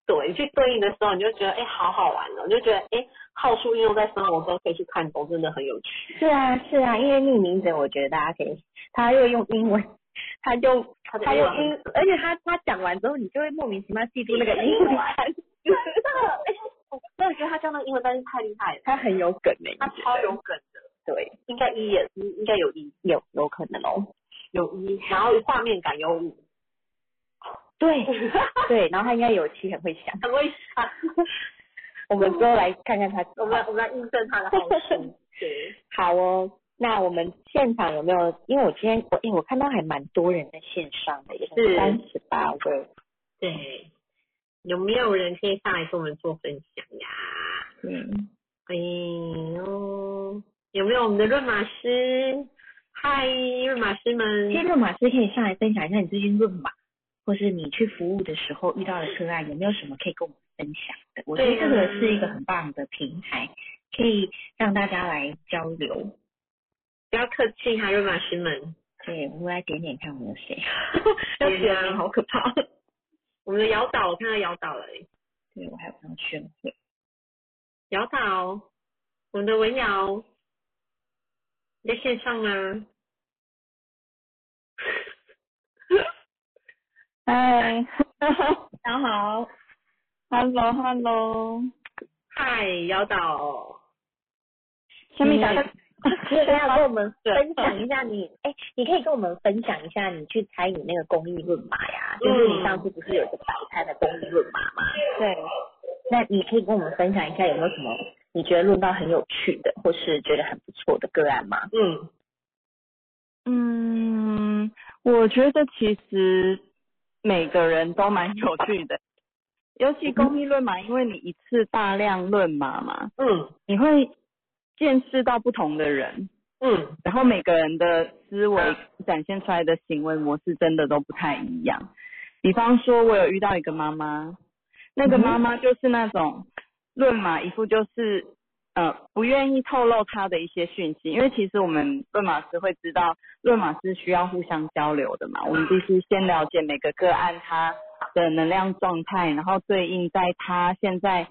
A: 对，你去对应的时候，你就觉得哎，好好玩哦，你就觉得哎，好处运用在生活中可以去看懂，真的很有趣。
D: 是啊，是啊，因为匿名者，我觉得大家可以，他又用英文，他就哎
A: 他的
D: 他
A: 英
D: 用
A: 文
D: 英，而且他他讲完之后，你就会莫名其妙记住那个英 文单词，
A: 那哎我觉得他教那个英文单词太厉害了，
D: 他很有梗的、
A: 他超有梗的，
D: 对，
A: 应该一也应应该有一
D: 有有可能哦。
A: 有一，然后画面感有 五，
D: 对对，然后他应该有期很会想，
A: 很会想。
D: 我们之后来看看他。
A: 我们我们来印证他的好处。 对，
D: 好哦，那我们现场有没有？因为我今天我诶、我看到还蛮多人在线上的，也
A: 是
D: 是三十八位。
A: 对，有没有人可以上来跟我们做分享呀？
D: 嗯，
A: 哎呦，有没有我们的论马师？嗨，论马师们
E: 其，实马师可以上来分享一下你最近论马，或是你去服务的时候遇到的个案，有没有什么可以跟我们分享的？我觉得
A: 对啊
E: 这个是一个很棒的平台，可以让大家来交流。
A: 不要客气哈，论马师们，
E: 对，我们来点点看我们有 谁，要
A: 对
E: 点
A: 啊
E: 名好可怕。
A: 我们的姚导，我看到姚导了、欸，
E: 对，我还有张宣慧，
A: 姚导，我们的文瑶，你在线上吗？
B: 嗯
F: 嗨
E: 大家 好，
F: ，hello hello，
B: 嗯
A: 嗨，姚导，
F: 下面讲
D: 你也要嗯跟我们分享一下你，哎、你可以跟我们分享一下你去参与那个公益论马呀，
F: 嗯
D: 就是你上次不是有一个摆摊的公益论马吗？
F: 对，
D: 那你可以跟我们分享一下有没有什么你觉得论到很有趣的，或是觉得很不错的个案吗？
A: 嗯，
F: 嗯，我觉得其实每个人都蛮有趣的，尤其公益论马，因为你一次大量论马嘛，
A: 嗯，
F: 你会见识到不同的人，
A: 嗯，
F: 然后每个人的思维展现出来的行为模式真的都不太一样。比方说，我有遇到一个妈妈，那个妈妈就是那种论马一副就是呃不愿意透露她的一些讯息，因为其实我们论马师会知道，论马师需要互相交流的嘛，我们必须先了解每个个案他的能量状态，然后对应在他现在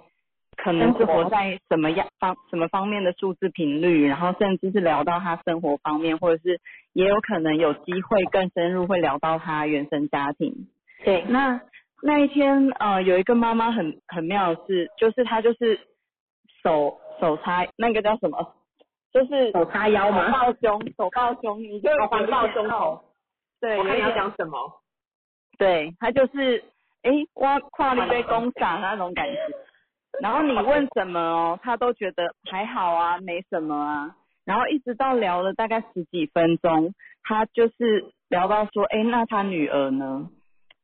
F: 可能是活在什么样方什么方面的数字频率，然后甚至是聊到他生活方面，或者是也有可能有机会更深入会聊到他原生家庭。
D: 嗯对，
F: 那那一天呃，有一个妈妈很很妙的是，就是她就是手手插那个叫什么，就是
D: 手叉腰
F: 手
D: 吗？
F: 抱胸，手抱胸，你就
A: 哦环抱胸口。
F: 对，
A: 我哦看你要
F: 有点
A: 讲什么。
F: 对，他就是诶，挖跨了被攻打啊那种感觉。然后你问什么哦，他都觉得还好啊，没什么啊。然后一直到聊了大概十几分钟，他就是聊到说，诶，那他女儿呢？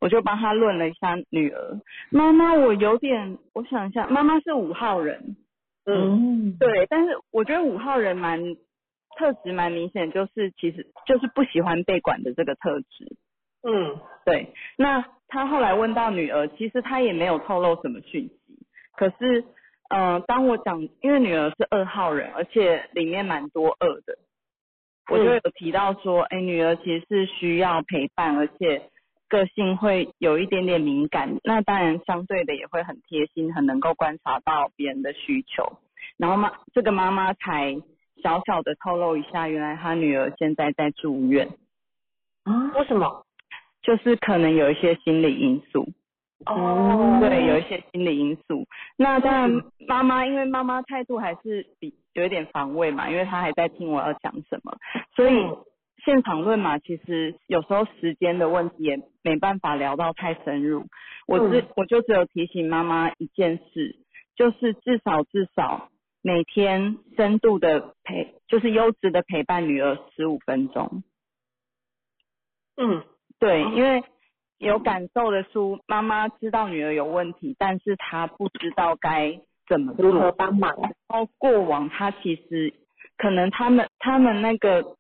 F: 我就帮他论了一下女儿，妈妈，我有点，我想一下，妈妈是五号人，
D: 嗯，
F: 对，但是我觉得五号人蛮特质蛮明显，就是其实就是不喜欢被管的这个特质，
A: 嗯，
F: 对，那他后来问到女儿，其实他也没有透露什么讯息。可是，呃，当我讲，因为女儿是二号人，而且里面蛮多二的，我就有提到说，哎、女儿其实是需要陪伴，而且个性会有一点点敏感。那当然，相对的也会很贴心，很能够观察到别人的需求。然后妈，这个妈妈才小小的透露一下，原来她女儿现在在住院，
A: 为什么？
F: 就是可能有一些心理因素。
A: 哦嗯
F: 对，有一些心理因素。那当然，妈妈因为妈妈态度还是比有一点防卫嘛，因为她还在听我要讲什么，所以
A: 嗯
F: 现场论嘛，其实有时候时间的问题也没办法聊到太深入。我只、
A: 嗯
F: 我就只有提醒妈妈一件事，就是至少至少每天深度的陪，就是优质的陪伴女儿十五分钟。
A: 嗯
F: 对，因为有感受的出，妈妈知道女儿有问题，但是她不知道该怎么做。
A: 如何帮忙？
F: 然后过往他其实可能他们他们那个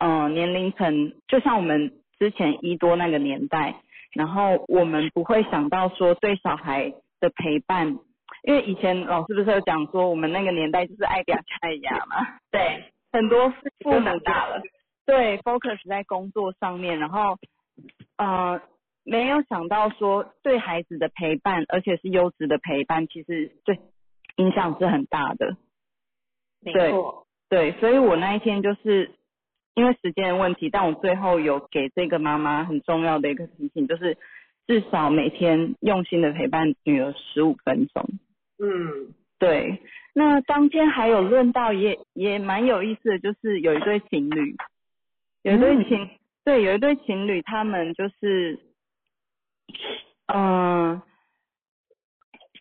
F: 呃年龄层，就像我们之前一多那个年代，然后我们不会想到说对小孩的陪伴，因为以前老师不是有讲说我们那个年代就是爱嗲爱呀嘛，
A: 对，
F: 很多父
A: 都
F: 母
A: 长大了，
F: 对 focus 在工作上面，然后呃没有想到说对孩子的陪伴，而且是优质的陪伴，其实对影响是很大的。
A: 没
F: 对
A: 错。
F: 对，所以我那一天就是因为时间的问题，但我最后有给这个妈妈很重要的一个提醒，就是至少每天用心的陪伴女儿十五分钟。
A: 嗯，
F: 对，那当天还有论到也也蛮有意思的，就是有一对情侣，有一对情、对有一对情侣，他们就是嗯、呃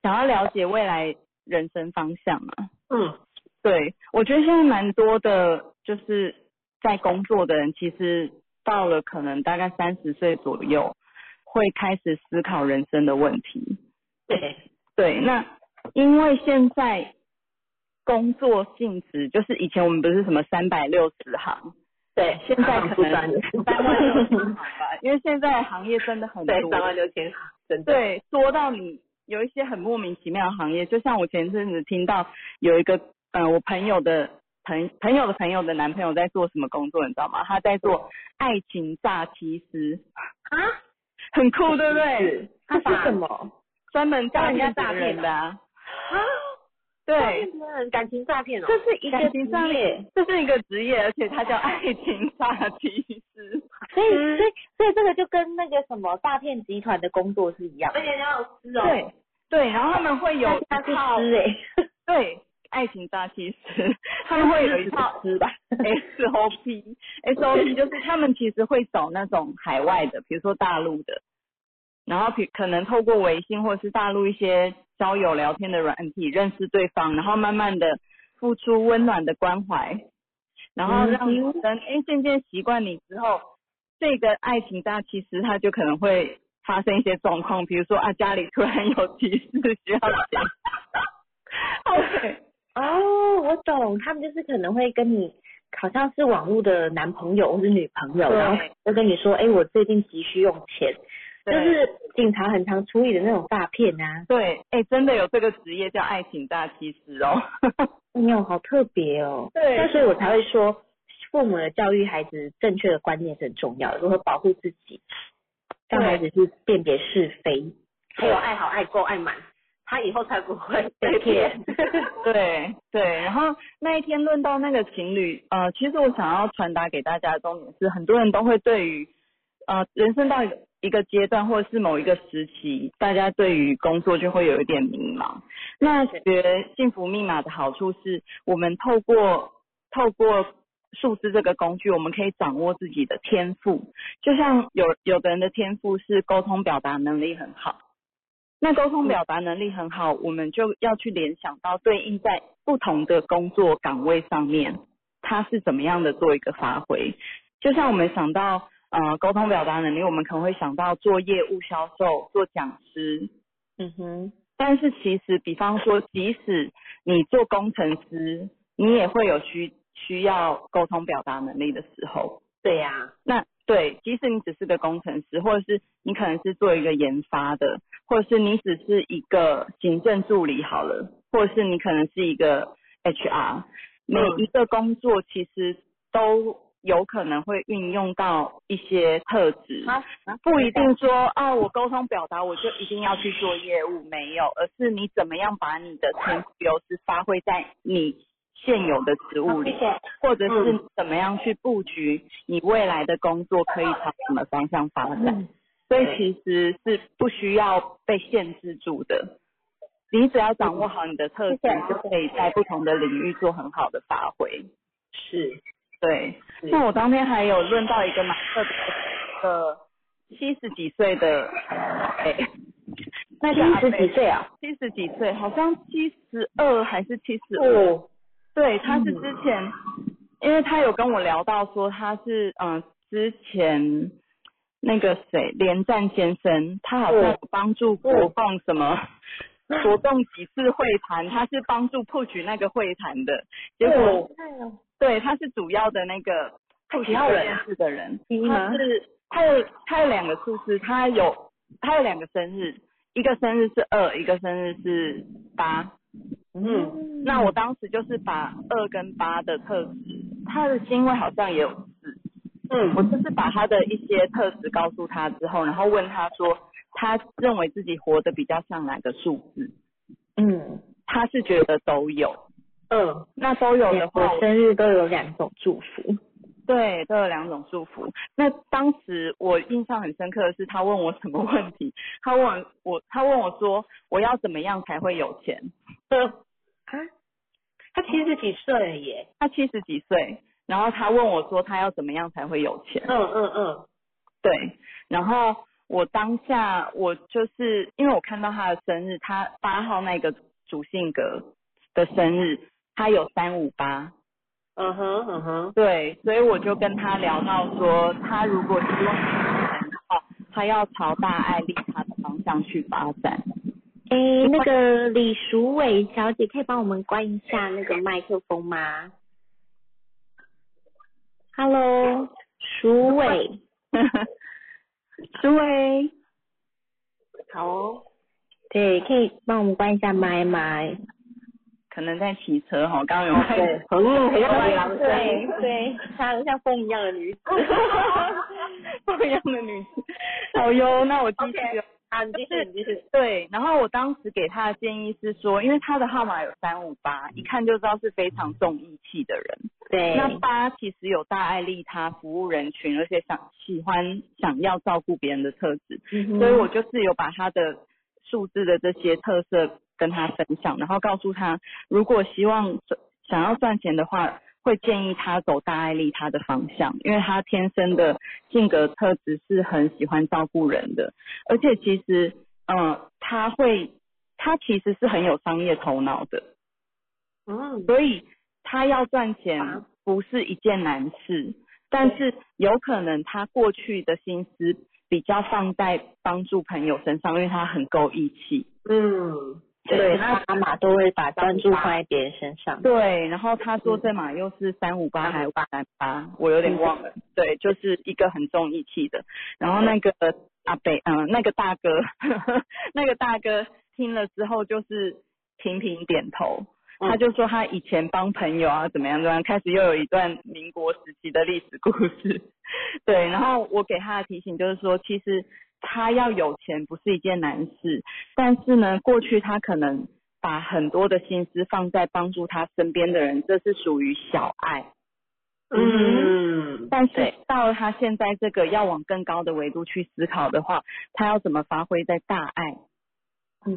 F: 想要了解未来人生方向嘛。
A: 嗯，
F: 对，我觉得现在蛮多的，就是在工作的人，其实到了可能大概三十岁左右，会开始思考人生的问题。
A: 对，
F: 对，那因为现在工作性质，就是以前我们不是什么三百六十行，
A: 对，
F: 现在
A: 行
F: 可
A: 不
F: 能
A: 专业
F: 三万六十行吧，因为现在行业真的很多
A: 对，，三万六千行，真的。
F: 对，多到你有一些很莫名其妙的行业，就像我前阵子听到有一个，呃，我朋友的朋朋友的朋友的男朋友在做什么工作，你知道吗？他在做爱情诈欺师
A: 啊，
F: 很酷，对不对？
A: 是
F: 他
A: 把
F: 是什么？专门教人家诈骗的、啊，
A: 啊，
F: 对，
A: 诈骗人感情诈骗哦
F: 这。是一个
D: 感
F: 职
D: 情上
F: 业，这是一个职业，而且他叫爱情诈欺师。
D: 所以所以所以这个就跟那个什么诈骗集团的工作是一样的，
A: 且要有哦吃
F: 对对，然后他们会有
D: 他
F: 一
D: 是
F: 套
D: 师哎，
F: 对爱情诈欺师，他们会有一套
D: 师 吧？
F: SOP。SOP 就是他们其实会找那种海外的，比如说大陆的，然后比可能透过微信或者是大陆一些交友聊天的软体认识对方，然后慢慢的付出温暖的关怀，然后让女生哎渐渐习惯你之后，这个爱情大其实它就可能会发生一些状况，比如说啊家里突然有急事需要钱。OK，
D: 哦，我懂，他们就是可能会跟你好像是网络的男朋友或是女朋友，
F: 对
D: 然后就跟你说，哎、我最近急需用钱，就
F: 对
D: 是警察很常处理的那种诈骗啊。
F: 对，哎、真的有这个职业叫爱情大其实哦。
D: 哎呦，好特别哦。
F: 对
D: 那所以我才会说，父母的教育孩子正确的观念是很重要的，如何保护自己。让孩子去辨别是非。
A: 还有爱好、爱够、爱满，他以后才不会被骗。
F: 对对，然后那一天论到那个情侣，呃，其实我想要传达给大家的重点是，很多人都会对于呃人生到一个一个阶段或者是某一个时期，大家对于工作就会有一点迷茫。那学幸福密码的好处是，我们透过透过数字这个工具，我们可以掌握自己的天赋。就像有有的人的天赋是沟通表达能力很好，那沟通表达能力很好，我们就要去联想到对应在不同的工作岗位上面，它是怎么样的做一个发挥。就像我们想到呃沟通表达能力，我们可能会想到做业务销售、做讲师，
D: 嗯哼，
F: 但是其实，比方说，即使你做工程师，你也会有需需要沟通表达能力的时候。
A: 对呀、
F: 那对，即使你只是个工程师，或者是你可能是做一个研发的，或者是你只是一个行政助理好了，或者是你可能是一个 HR，每
A: 嗯
F: 一个工作其实都有可能会运用到一些特质。
A: 啊
F: 不一定说啊，我沟通表达我就一定要去做业务，没有，而是你怎么样把你的天赋优势发挥在你现有的职务
D: 哦
F: 里，或者是
D: 嗯
F: 怎么样去布局你未来的工作可以朝什么方向发
D: 嗯
F: 展。所以其实是不需要被限制住的，你只要掌握好你的特质，就可以在不同的领域做很好的发挥。
A: 是
F: 对，
A: 是
F: 那我当天还有论到一个蛮特别的七十几岁的，哎、那个
D: 七
F: 阿伯
D: 十几岁啊，
F: 七十几岁，好像七十二还是七十五？
A: 哦，
F: 对，他是之前，因为他有跟我聊到说他是嗯、呃之前那个谁连战先生，他好像有帮助国共什 么。国共几次会谈，他是帮助 push 那个会谈的，结果、
A: 哦
F: 对，他是主要的那个主
A: 几号人啊
F: 认识的人，
D: 吗
F: 他是他有他有两个数字，他有他有两个生日，一个生日是二，一个生日是八。
A: 嗯，
F: 那我当时就是把二跟八的特质，他的星位好像也有四，
A: 嗯
F: 我就是把他的一些特质告诉他之后，然后问他说，他认为自己活得比较像哪个数字？
D: 嗯，
F: 他是觉得都有，
A: 嗯，
F: 那都有的
D: 我
F: 话，
D: 生日都有两种祝福，
F: 对，都有两种祝福。那当时我印象很深刻的是，他问我什么问题？他问我，他问我说，我要怎么样才会有钱？
A: 他七十几岁了耶，
F: 他七十几岁，然后他问我说，他要怎么样才会有钱？
A: 嗯嗯嗯，
F: 对，然后我当下我就是因为我看到他的生日，他八号那个主性格的生日，他有三五八，
A: 嗯哼嗯哼，
F: 对，所以我就跟他聊到说，他如果希望有钱的话，他要朝大爱利他的方向去发展。
D: 哎，那个李淑伟小姐，可以帮我们关一下那个麦克风吗？Hello，淑伟，
F: 苏薇，
A: 好哦，
D: 对，可以帮我们关一下麦吗？
F: 可能在骑车哈，刚刚有看
A: 对，很很像白狼声，
D: 对，像像风一样的女子。
F: 不一样的女子。好哟，那我继续哦。
A: 啊，你继续你继续，
F: 对，然后我当时给他的建议是说，因为他的号码有三五八，一看就知道是非常重义气的人。
D: 对，
F: 那八其实有大爱利他、服务人群，而且想喜欢想要照顾别人的特质，
D: 嗯
A: 嗯
F: 所以我就是有把他的数字的这些特色跟他分享，然后告诉他，如果希望想要赚钱的话，会建议他走大爱利他的方向，因为他天生的性格特质是很喜欢照顾人的，而且其实，呃，他会，他其实是很有商业头脑的，
A: 嗯，
F: 所以他要赚钱不是一件难事，但是有可能他过去的心思比较放在帮助朋友身上，因为他很够义气。
A: 嗯，
D: 对，
F: 那
D: 妈妈都会把专注放在别人身上。
F: 对，然后他坐这马又是嗯三五八还是八嗯三八，我有点忘了。对，就是一个很重义气的。然后那个阿北，嗯、那个大哥， 那个大哥听了之后就是频频点头。他就说他以前帮朋友啊怎么样怎么样，开始又有一段民国时期的历史故事。对，然后我给他的提醒就是说，其实他要有钱不是一件难事，但是呢，过去他可能把很多的心思放在帮助他身边的人，这是属于小爱。
A: 嗯，
F: 但是到了他现在这个要往更高的维度去思考的话，他要怎么发挥在大爱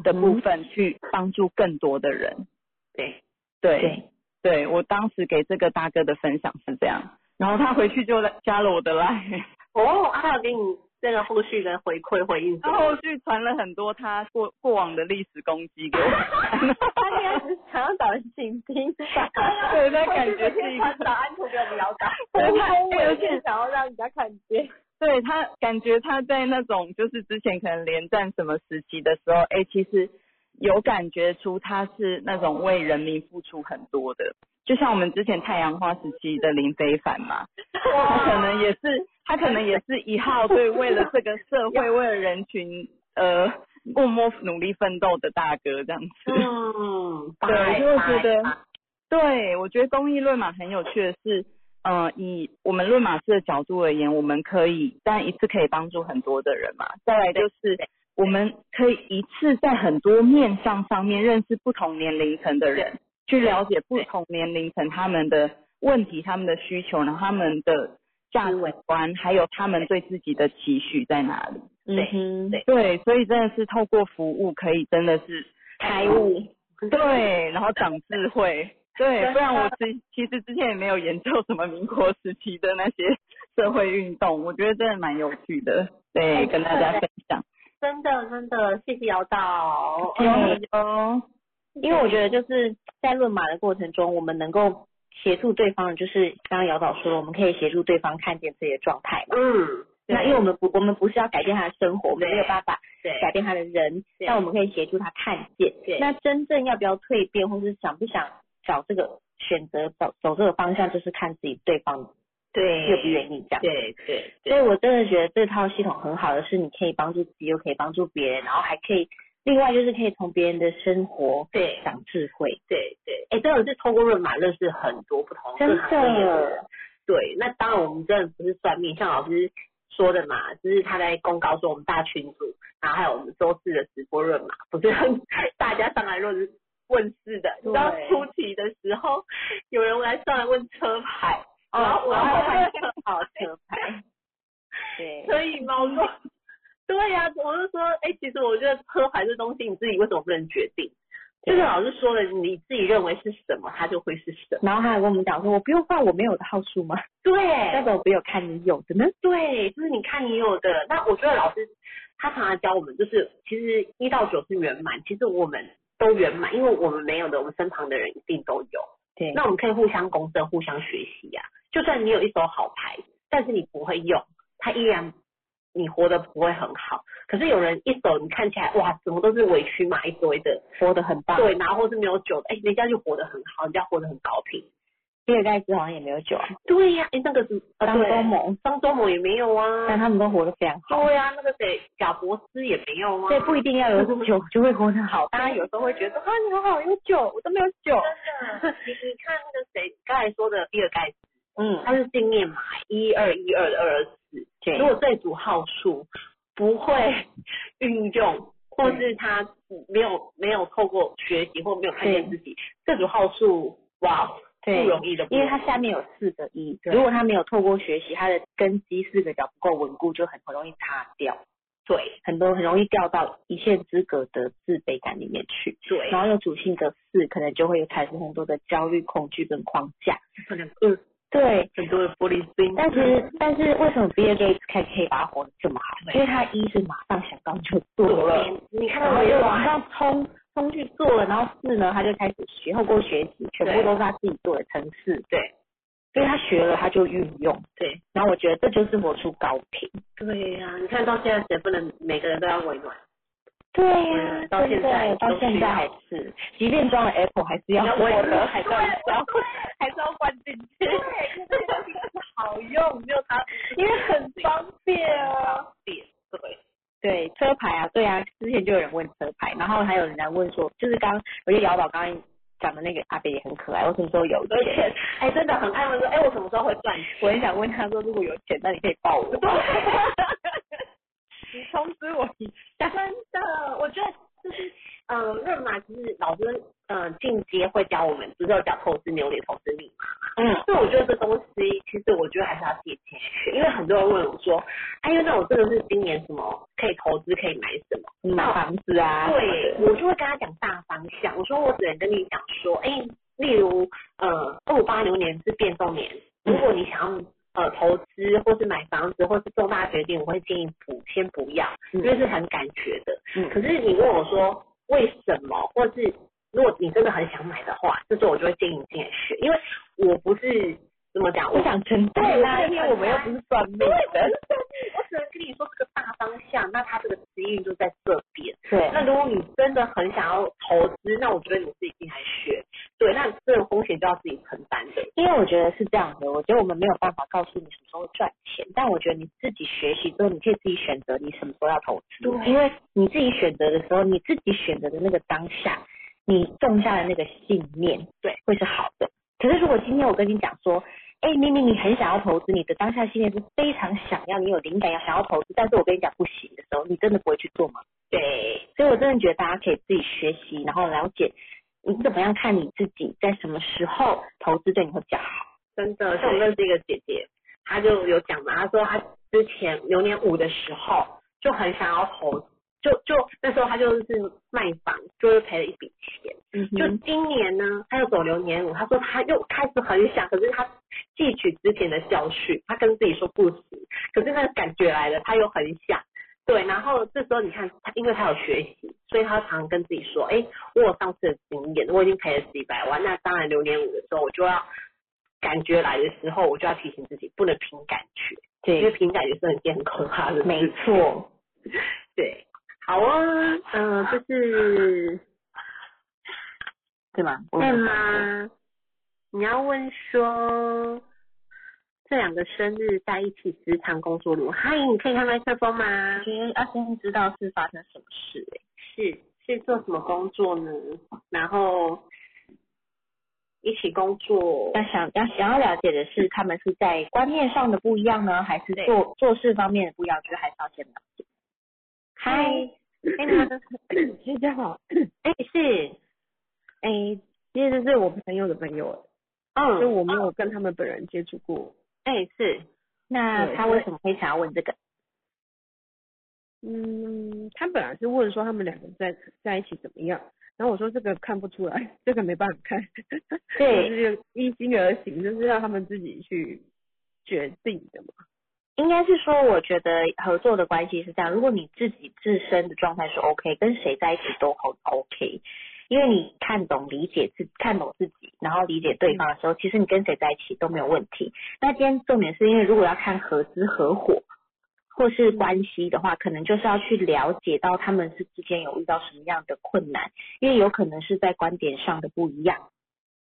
F: 的部分去帮助更多的人？
A: 对
F: 对对，我当时给这个大哥的分享是这样，然后他回去就加了我的 line，
A: 哦，啊他有给你这个后续的回馈回应什
F: 他
A: 么，
F: 后续传了很多他过过往的历史攻击给我看，
D: 他应该是想要找人倾听吧？
F: 对，那感觉是一个
A: 他找安图给我们聊到，
F: 对他
D: 哎我
F: 而
D: 有
F: 且
D: 点想要让人家看见。
F: 对他感觉他在那种就是之前可能连战什么时期的时候，哎，其实有感觉出他是那种为人民付出很多的，就像我们之前太阳花时期的林非 凡嘛，他可能也是他可能也是一号 对为了这个社会为了人群呃默默努力奋斗的大哥这样子。
A: 嗯，
F: 对，我
A: 拜
F: 就会觉得
A: 拜，
F: 对我觉得公益论马很有趣的是，呃，以我们论马师的角度而言，我们可以但一次可以帮助很多的人嘛。再来就是我们可以一次在很多面向上面认识不同年龄层的人，去了解不同年龄层他们的问题、他们的需求，然后他们的价值观，还有他们对自己的期许在哪里。
D: 嗯哼，对，
F: 对，所以真的是透过服务，可以真的是
D: 开悟。
F: 对，然后长 智慧。对，不然我之其实之前也没有研究什么民国时期的那些社会运动，我觉得真的蛮有趣的。对，
D: 哎
F: 跟大家分享。
A: 真的真的，谢谢姚导，
F: 有有，
D: 嗯因为我觉得就是在论马的过程中，我们能够协助对方，就是刚刚姚导说的，我们可以协助对方看见自己的状态嘛。
A: 嗯，
D: 那因为我们不，我们不是要改变他的生活，我们
A: 对
D: 没有办法
A: 对
D: 改变他的人，
A: 对
D: 但我们可以协助他看见。
A: 对
D: 那真正要不要蜕变，或是想不想找这个选择走走这个方向，就是看自己对方
A: 对，
D: 愿不愿意这样。
A: 对对对，
D: 所以我真的觉得这套系统很好的是，你可以帮助自己，又可以帮助别人，然后还可以，另外就是可以从别人的生活
A: 对
D: 长智慧。
A: 对对，哎、真的是通过论马认识很多不同
D: 真的
A: 各行各业的人。对，那当然我们真的不是算命，像老师说的嘛，就是他在公告说我们大群组，然后还有我们周四的直播论马，不是让大家上来论问事的。你知道
D: 对
A: 出题的时候，有人来上来问车牌，然后我要
D: 还
A: 换
D: 会
A: 车
D: 好哦 车 牌。对，
A: 可以吗？我说，对呀、我就说，哎、其实我觉得车牌这东西你自己为什么不能决定？
D: 对
A: 这个老师说了，你自己认为是什么，它就会是什么。
D: 然后他还跟我们讲说，我不用换我没有的号数吗？ 代
A: 对，
D: 表我没有看你有的呢？
A: 对，就是你看你有的。那我觉得老师他常常教我们，就是其实一到九是圆满，其实我们都圆满，因为我们没有的，我们身旁的人一定都有。
D: 对
A: 那我们可以互相公正，互相学习呀、就算你有一手好牌，但是你不会用，它依然你活得不会很好。可是有人一手你看起来哇，怎么都是委屈嘛一堆的，
D: 活得很棒。，
A: 对，然后或是没有酒的，哎、人家就活得很好，人家活得很高频。
D: 比尔盖茨好像也没有酒啊，
A: 对呀、哎、那个是呃
D: 张
A: 对
D: 忠谋，
A: 张忠谋也没有啊，
D: 但他们都活得非常好。
A: 对啊，那个谁，贾博士也没有啊。
D: 所以不一定要有酒就会活得好。大家有时候会觉得啊，你好好有酒，我都没有酒。
A: 真的，你你看那个谁，刚才说的比尔盖茨，
D: 嗯，
A: 他是镜面码一二一二的二
D: 对
A: 如果这组号数不会运用，或是他没有没有透过学习或没有看见自己，这组号数哇不
D: 对，
A: 容易的，
D: 因为它下面有四个一，如果他没有透过学习，他的根基四个角不够稳固，就很很容易塌掉。
A: 对
D: 很多很容易掉到一线之隔的自卑感里面去。
A: 对，
D: 然后又主性格四，可能就会有产生很多的焦虑、恐惧跟框架。
A: 可能嗯
D: 对，
A: 很多的玻璃心，
D: 但其实但是为什么 Bill Gates 可以可以把它活得这么好？因为他一是马上想到就做了，
A: 你看
D: 然
A: 到
D: 后
A: 没
D: 就
A: 有
D: 往
A: 啊？
D: 上冲冲去做了，然后四呢他就开始学，透过学习，全部
A: 对
D: 都是他自己做的层次。
A: 对，
D: 所以他学了他就运用。
A: 对，
D: 然后我觉得这就是活出高频。
A: 对呀、你看到现在谁不能每个人都要为暖？
D: 对
A: 呀
D: 嗯到现在
A: 真的
D: 到现在还是，即便装了 Apple 还是要
A: 要
D: 活
A: 为
D: 的，
A: 暖，还是要还是要灌进去。好用，没有它，因为很方便啊。对，
D: 对车牌啊，对啊，之前就有人问车牌，然后还有人来问说，就是刚我觉得姚宝刚刚讲的那个阿北也很可爱，我什么时候有
A: 而
D: 钱？
A: 且哎，真的很爱问说，哎，我什么时候会赚钱？
D: 我很想问他说，如果有钱，那你可以抱我吗？
A: 对，通知我一下。 真的，我觉得就是，呃，认嘛，就是老师，呃，进阶会教我们，不是有讲投资牛脸、投资密码嘛？嗯。所以我觉得这东西，其实我觉得还是要借钱学，因为很多人问我说，哎呦，那我真的是今年什么可以投资，可以买什
D: 嗯
A: 么？那
F: 买
A: 我
F: 房子啊，
A: 对，我就会跟他讲大方向。我说我只能跟你讲说，哎、例如呃，二五八流年是变动年，
F: 嗯
A: 如果你想要呃投资或是买房子或是重大决定，我会建议不先不要，因为是很感觉的。
F: 嗯
A: 可是你问我说为什么，或是如果你真的很想买的话，这时候我就会建议你进来学，因为我不是怎么讲，我
F: 不想承
D: 嗯
A: 对
F: 担啦，
A: 我
F: 因为我们又不是算命
A: 对，我
F: 的，
A: 我只能跟你说这个大方向，那它这个机遇就在这边。
F: 对
A: 那如果你真的很想要投资，那我觉得你自己进来学，对，那这种风险就要自己承担的。
D: 因为我觉得是这样的，我觉得我们没有办法告诉你什么时候赚钱，但我觉得你自己学习之后，你可以自己选择你什么时候要投资。因为你自己选择的时候，你自己选择的那个当下，你种下的那个信念，对，会是好的。可是如果今天我跟你讲说，哎，明明你很想要投资，你的当下信念是非常想要，你有灵感要想要投资，但是我跟你讲不行的时候，你真的不会去做吗？对，所以我真的觉得大家可以自己学习，然后了解你怎么样看你自己在什么时候投资对你会比较好。
A: 真的，像我认识一个姐姐，她就有讲嘛，她说她之前流年五的时候就很想要投，就就那时候她就是卖房，就是赔了一笔钱。
D: 嗯
A: 就今年呢，她又走流年五，她说她又开始很想，可是她汲取之前的教训，她跟自己说不行，可是那个感觉来了，她又很想。对，然后这时候你看，她因为她有学习，所以她常常跟自己说，哎，我有上次的经验，我已经赔了几百万，那当然流年五的时候，我就要感觉来的时候，我就要提醒自己，不能凭感觉，因为
D: 对，
A: 凭感觉是很件很可怕的事。
D: 没错。
A: 对，好啊，嗯、就是
F: 对吧？
D: 嗯
F: 我
A: 对吗？嗯你要问说这两个生日在一起时常工作如何嗨，你可以开麦克风吗？
D: 觉得要先知道是发生什么事、欸，
A: 是是做什么工作呢？然后一起工作，
D: 要想要想要了解的是，他们是在观念上的不一样呢，还是做做事方面的不一样？我觉得还是要先了解。
A: 嗨，
D: 哎妈，
E: 大家好，
D: 哎是，
E: 哎，其实这是我朋友的朋友，
A: 嗯，
E: 就我没有跟他们本人接触过。
A: 哎、是，
D: 那
E: 对
D: 啊他为什么会想要问这个？
E: 嗯，他本来是问说他们两个在在一起怎么样，然后我说这个看不出来，这个没办法看，
D: 对
E: 就是依心而行，就是让他们自己去决定的嘛。
D: 应该是说，我觉得合作的关系是这样：如果你自己自身的状态是 OK，跟谁在一起都很 OK，因为你看懂、理解自、看懂自己，然后理解对方的时候，其实你跟谁在一起都没有问题。那今天重点是因为，如果要看合资合伙或是关系的话，可能就是要去了解到他们是之间有遇到什么样的困难，因为有可能是在观点上的不一样，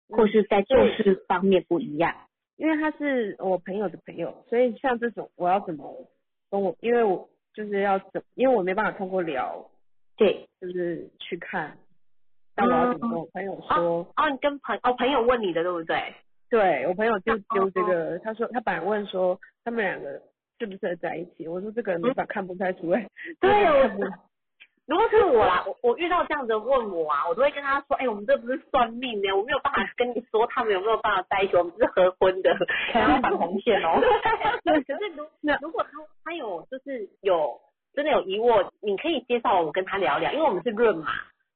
D: 或是在做事方面不一 样。
E: 因为他是我朋友的朋友，所以像这种我要怎么跟我，因为我就是要怎，因为我没办法通过聊，
D: 对，
E: 就是去看，那我要怎么跟我朋友说？
A: 哦，你跟朋哦朋友问你的对不对？
E: 对我朋友就丢这个，他说他本来问说他们两个适不适合在一起，我说这个没法看不太出来。
A: 对，我
E: 看不
A: 如果是我啦，我我遇到这样子问我啊，我都会跟他说，哎、我们这不是算命的，我没有办法跟你说他们有没有办法在一起，我们是合婚的，然后绑红线哦。对，可是如如果他他有就是有真的有疑惑，你可以介绍我跟他聊聊，因为我们是论嘛，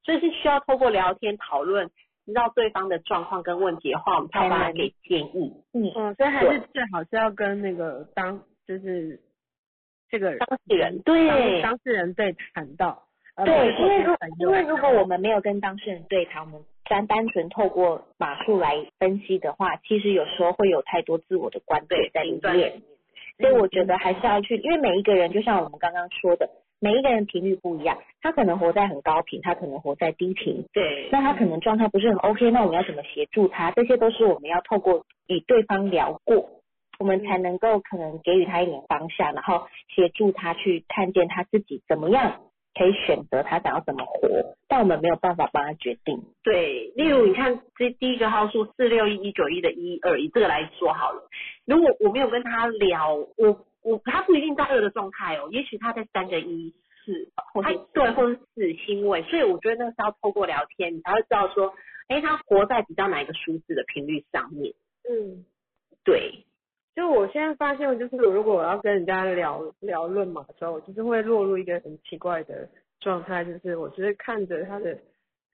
A: 所以是需要透过聊天讨论，知道对方的状况跟问题的话，我们才帮他给建议。
E: 嗯，所以还是最好是要跟那个当就是这个
A: 当事人
E: 当
A: 对，
E: 当事人对谈到。呃而不
D: 对，
E: 是
D: 因为如
E: 朋友
D: 因为如果我们没有跟当事人对谈，我们单单纯透过马术来分析的话，其实有时候会有太多自我的观点在里
A: 评断里
D: 面。所以我觉得还是要去，因为每一个人就像我们刚刚说的，每一个人频率不一样，他可能活在很高频，他可能活在低频，
A: 对
D: 那他可能状态不是
E: 嗯
D: 很 OK，那我们要怎么协助他？这些都是我们要透过与对方聊过，我们
E: 嗯
D: 才能够可能给予他一点方向，然后协助他去看见他自己怎么样可以选择他想要怎么活，但我们没有办法帮他决定。
A: 对，例
G: 嗯
A: 如你看这第一个号数四六一一九一的一二以这个来说好了，如果我没有跟他聊，我我他不一定在二的状态哦，也许他在三个一，事，或是对，或是死心位，所以我觉得那个是要透过聊天，你才会知道说，哎，他活在比较哪一个舒适的频率上面。
G: 嗯，
A: 对，
G: 就我现在发现，就是如果我要跟人家聊聊论马的时候，我就是会落入一个很奇怪的状态，就是我只是看着他的，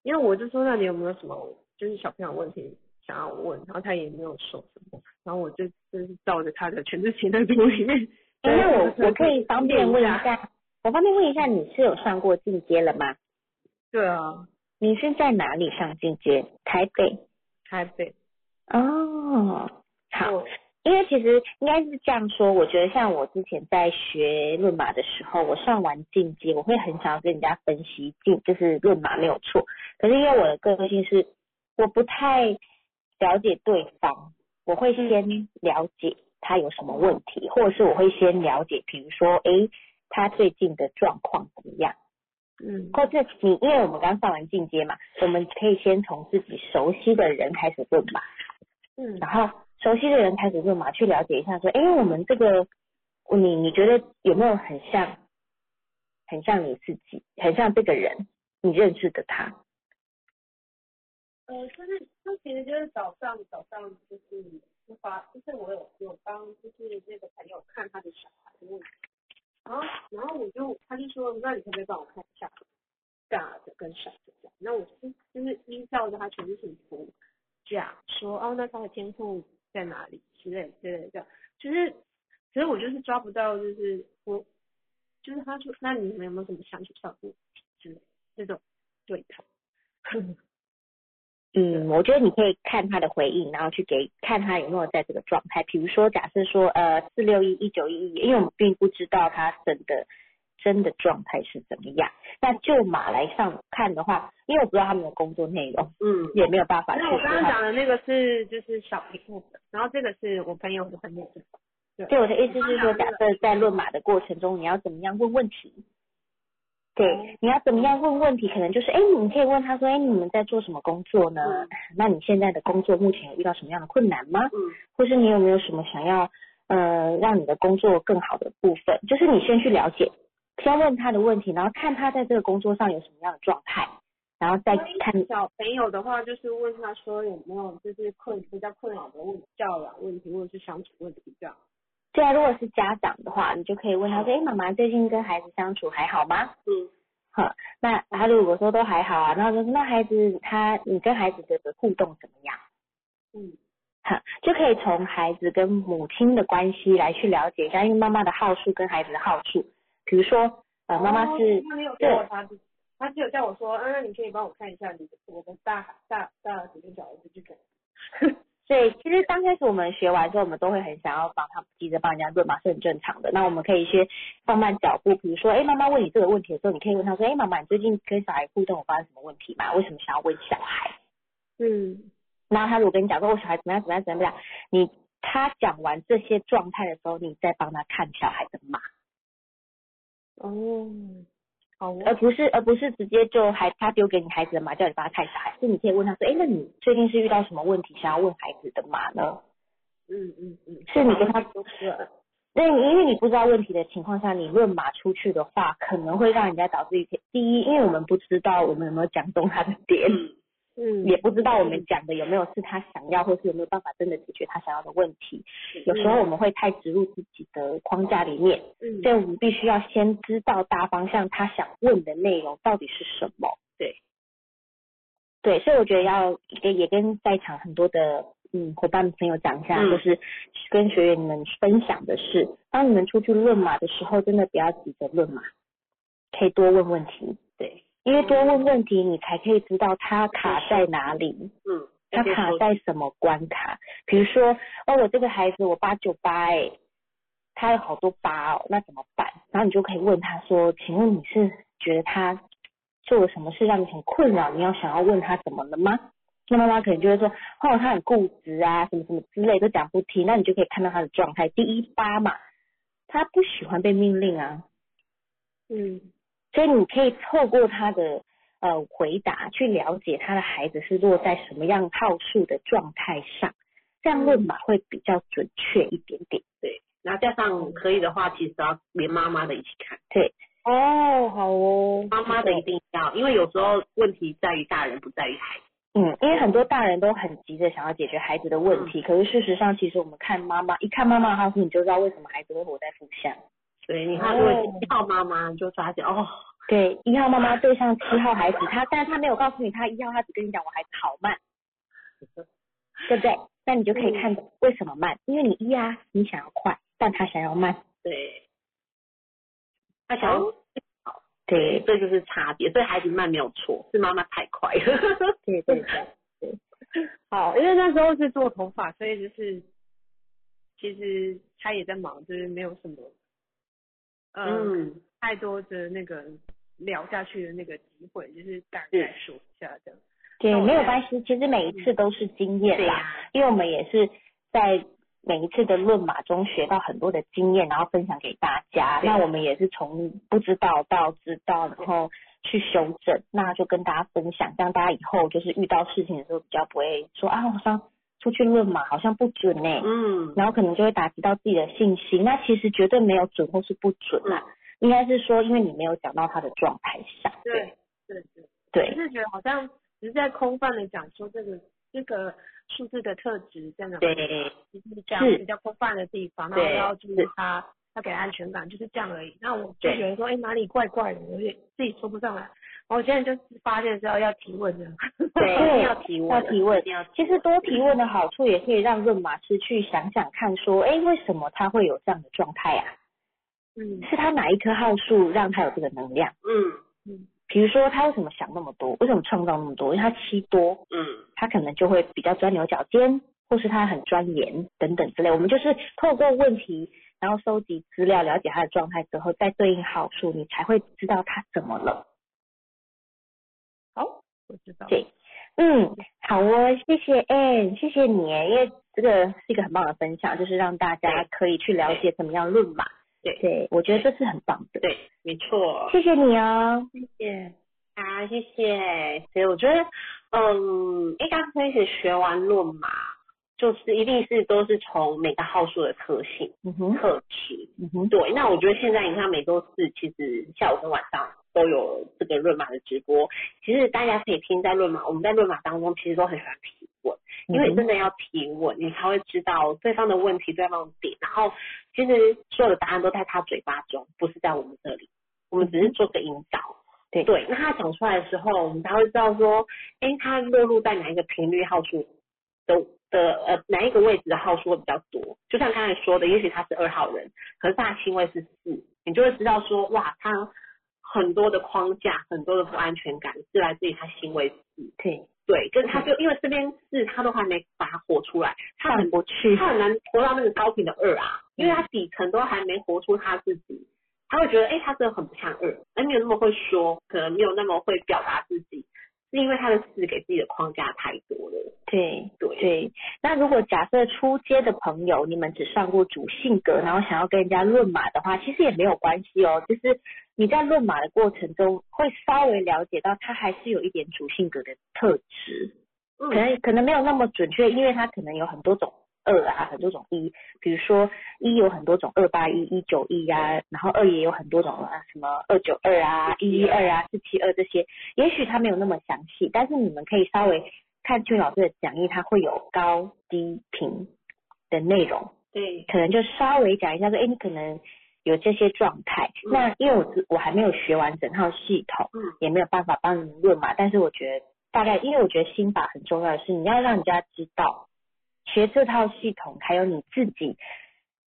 G: 因为我就说那你有没有什么就是小朋友问题想要问，然后他也没有说什么，然后我就就是照着他的全智贤的读里面。
D: 哎，那我我可以方便问一
G: 对啊
D: 下，我方便问一下，你是有上过进阶了吗？
G: 对啊，
D: 你是在哪里上进阶？台北。
G: 台北。
D: 哦，好，
G: 我
D: 因为其实应该是这样说，我觉得像我之前在学论马的时候，我上完进阶，我会很想要跟人家分析进，就是论马没有错。可是因为我的个性是，我不太了解对方，我会先了解他有什么问题，或者是我会先了解，比如说，诶，他最近的状况怎么样？
G: 嗯
D: 或是你，因为我们刚上完进阶嘛，我们可以先从自己熟悉的人开始问嘛，
G: 嗯
D: 然后熟悉的人开始问嘛，去了解一下说，哎，我们这个你你觉得有没有很像，很像你自己，很像这个人，你认识的他，
H: 呃，就是那其实就是早上早上就是出发，就是我有有帮就是那个朋友看他的小孩的问题，然后然后我就他就说，那你可不可以帮我看一下大的跟小的这样？那我就是就是依照着他全部图图讲说，哦，那他的天赋在哪里之类之类的这样，就是可是我就是抓不到，就是我就是他说，那你们有没有什么相处上的问题之类的这种对谈？
D: 嗯，我觉得你可以看他的回应，然后去给看他有没有在这个状态。比如说，假设说呃四六一一九一一，因为我们并不知道他真的真的状态是怎么样。那就马来上看的话，因为我不知道他们的工作内容，
G: 嗯，
D: 也没有办
A: 啊
D: 法去
G: 那我
D: 说
G: 刚刚
D: 他。
G: 讲的那个是就是小一部分，然后这个是我朋友的朋友的。
D: 对我的意思是说，假设在论马的过程中，你要怎么样问问题？对，你要怎么样问问题？可能就是，哎，你可以问他说，哎，你们在做什么工作呢？ 那你现在的工作目前有遇到什么样的困难吗？
G: 嗯，
D: 或是你有没有什么想要呃让你的工作更好的部分？就是你先去了解，先问他的问题，然后看他在这个工作上有什么样的状态，然后再看
H: 小朋友的话，就是问他说有没有就是困比较困扰的问题、教养问题或者是相处问题这样。
D: 对啊，如果是家长的话，你就可以问他说：“哎、妈妈最近跟孩子相处还好吗？”
G: 嗯。
D: 好，那他如果说都还好啊，那就是那孩子他你跟孩子的互动怎么样？
H: 嗯。
D: 好，就可以从孩子跟母亲的关系来去了解一下，因为妈妈的号数跟孩子的号数，比如说呃妈
G: 哦
D: 妈是、
H: 他没有叫我他，他只有叫我
G: 啊
H: 说，嗯，你可以帮我看一下你的我的大大大儿子跟小儿子这个。
D: 对，其实刚开始我们学完之后，我们都会很想要帮他急着帮人家论嘛，是很正常的。那我们可以先放慢脚步，比如说，哎，妈妈问你这个问题的时候，你可以问他说，哎，妈妈，你最近跟小孩互动有发生什么问题吗？为什么想要问小孩？
G: 嗯
D: 然后他如果跟你讲说，我哦小孩怎么样怎么样怎么样，你他讲完这些状态的时候，你再帮他看小孩的码，
G: 哦，好哦，
D: 而不是而不是直接就还他丢给你孩子的码，叫你帮他看小孩，是你可以问他说，哎，那你最近是遇到什么问题想要问孩子的码呢？
G: 嗯嗯嗯，
D: 是你跟他对，你因为你不知道问题的情况下，你论马出去的话，可能会让人家导致一些第一，因为我们不知道我们有没有讲中他的点，
G: 嗯
D: 也不知道我们讲的有没有是他想要，或是有没有办法真的解决他想要的问题。有时候我们会太植入自己的框架里面，
G: 嗯
D: 所以我们必须要先知道大方向，他想问的内容到底是什么。
G: 对，
D: 对，所以我觉得要也也跟在场很多的嗯伙伴朋友讲一下，
G: 嗯
D: 就是跟学员们分享的是，当你们出去论马的时候，真的不要急着论马，可以多问问题。对，因为多问问题，你才可以知道他卡在哪里。
G: 嗯，
D: 他卡在什么关卡？比如说，哦，我这个孩子我八九八哎，他有好多八哦，那怎么办？然后你就可以问他说，请问你是觉得他做了什么事让你很困扰？你要想要问他怎么了吗？那妈妈可能就会说，哦，他很固执啊，什么什么之类都讲不听。那你就可以看到他的状态。第一八嘛，他不喜欢被命令啊，
G: 嗯
D: 所以你可以透过他的呃回答去了解他的孩子是落在什么样号数的状态上，这样问法会比较准确一点点。
A: 然后加上可以的话，其实要连妈妈的一起看。
D: 对，
G: 哦，好哦，
A: 妈妈的一定要，因为有时候问题在于大人，不在于孩子。
D: 嗯，因为很多大人都很急着想要解决孩子的问题，可是事实上，其实我们看妈妈，一看妈妈的哈你就知道为什么孩子会活在负向。
A: 对，你看，如
D: 哦
A: 果一号妈妈就发现哦，
D: 对，一号妈妈对上七号孩子，她但是她没有告诉你，她一号她只跟你讲我孩子好慢，对不对？那你就可以看为什么慢，因为你一啊，你想要快，但他想要慢，
A: 对，他想
D: 哦
A: 要
D: 对，
A: 这就是差别，所以孩子慢没有错，是妈妈太快了。
D: 对对对，
G: 好，因为那时候是做头发，所以就是其实他也在忙，就是没有什么，呃、
A: 嗯，
G: 太多的那个聊下去的那个机会，就是大概说一下这样。
D: 对，
G: 那我嗯
D: 没有
G: 来
D: 关系，其实每一次都是经验
A: 对
D: 啦，
G: 啊
A: 呀，
D: 因为我们也是在每一次的论马中学到很多的经验，然后分享给大家。
A: 对
D: 那我们也是从不知道到知道，然后去修正，那就跟大家分享，让大家以后就是遇到事情的时候比较不会说啊，好像出去论马好像不准呢、
A: 嗯，
D: 然后可能就会打击到自己的信心。那其实绝对没有准或是不准啦，
G: 嗯
D: 应该是说因为你没有讲到他的状态下。
G: 对对对，
D: 对
G: 只是觉得好像只是在空泛的讲说这个这个数字的特质在哪里，
A: 对，
G: 就是讲
D: 是
G: 比较空泛的地方，然
A: 对
G: 后要注意他。要给他安全感，就是这样而已。那我就
A: 对
G: 觉得说，哎、哪里怪怪的，我也自己说不上来。我现在就发现是要要提问的，
A: 对，
D: 对
A: 一定要提问，
D: 要提问
A: 一定要提
D: 其实多提问的好处也可以让论马师去想想看，说，哎，为什么他会有这样的状态啊？
G: 嗯，
D: 是他哪一棵号数让他有这个能量？
A: 嗯
D: 比如说他为什么想那么多，为什么创造那么多？因为他七多，
A: 嗯，
D: 他可能就会比较钻牛角尖，或是他很钻研等等之类。我们就是透过问题，然后收集资料，了解他的状态之后，再对应号数，你才会知道他怎么了。
G: 我知道。
D: 对，嗯，好哦，谢谢 Anne，谢谢你耶，因为这个是一个很棒的分享，就是让大家可以去了解怎么样论马。
A: 对
D: 对，我觉得这是很棒的。
A: 对，没错。
D: 谢谢你哦。
A: 啊，谢谢。所以我觉得，嗯，一刚开始学完论嘛，就是一定是都是从每个号数的特性、
D: 嗯哼，
A: 特质。
D: 嗯哼，
A: 对，那我觉得现在你看每周四其实下午跟晚上都有这个论马的直播，其实大家可以听在论马，我们在论马当中其实都很喜欢提问，
D: 嗯
A: 因为真的要提问，你才会知道对方的问题、对方的点，然后其实所有的答案都在他嘴巴中，不是在我们这里，我们只是做个引导。
D: 嗯对
A: 对，那他讲出来的时候，我们才会知道说，哎，他落入在哪一个频率号数的的呃哪一个位置的号数会比较多？就像刚才说的，也许他是二号人，可是他的星位是四，你就会知道说，哇，他很多的框架，很多的不安全感是来自于他星位四。
D: 对，
A: 对，跟他就因为这边四他都还没把它活出来，他很
D: 上不去。嗯
A: 他很难活到那个高频的二啊，因为他底层都还没活出他自己，他会觉得，哎、他真的很不像二，而没有那么会说，可能没有那么会表达自己，是因为他的四给自己的框架太多了。
D: 对
A: 对
D: 对。那如果假设初阶的朋友，你们只上过主性格，然后想要跟人家论马的话，其实也没有关系哦。就是你在论马的过程中，会稍微了解到他还是有一点主性格的特质。可
A: 嗯，
D: 能可能没有那么准确，因为它可能有很多种二啊，很多种一，比如说一有很多种二八一、一九一啊，然后二也有很多种啊，什么二九二啊、一一二啊、四七二这些，也许它没有那么详细，但是你们可以稍微看俊老师的讲义，它会有高低频的内容，
A: 对，
D: 可能就稍微讲一下说，哎，你可能有这些状态。
A: 嗯
D: 那因为我自我还没有学完整套系统，
A: 嗯
D: 也没有办法帮你们论嘛。但是我觉得大概，因为我觉得心法很重要的是，你要让人家知道学这套系统，还有你自己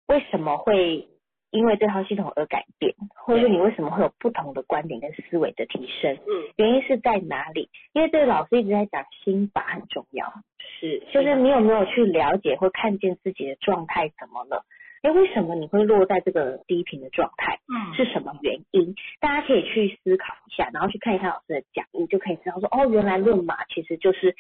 D: 为什么会因为这套系统而改变，或者是你为什么会有不同的观点跟思维的提升。
A: 嗯，
D: 原因是在哪里？因为这个老师一直在讲心法很重要，
A: 是，
D: 就是
A: 是
D: 你有没有去了解或看见自己的状态怎么了？哎，为什么你会落在这个低频的状态？
E: 嗯
D: 是什么原因？大家可以去思考一下，然后去看一看老师的讲义，就可以知道说，哦，原来论马其实就是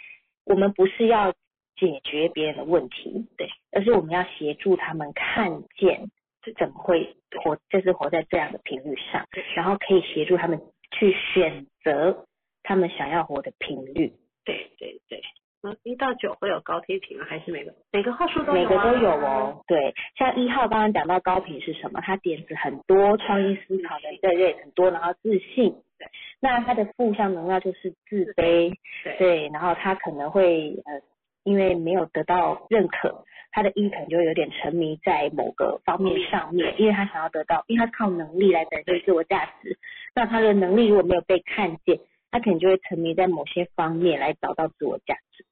D: 我们不是要解决别人的问题，对，而是我们要协助他们看见是怎么会活，就是活在这样的频率上，然后可以协助他们去选择他们想要活的频率。
A: 对对对，嗯，一到九会有高梯品吗？还是每个每个号数都有、啊？
D: 每个都有哦。对，像一号刚刚讲到高频是什么？他点子很多，创意思考
A: 嗯
D: 能力也很多，然后自信。对。那他的负向能量就是自卑。
A: 对
D: 对，然后他可能会呃，因为没有得到认可，他的一可能就有点沉迷在某个方面上面，
A: 嗯
D: 因为他想要得到，因为他靠能力来展现自我价值。那他的能力如果没有被看见，他可能就会沉迷在某些方面来找到自我价值。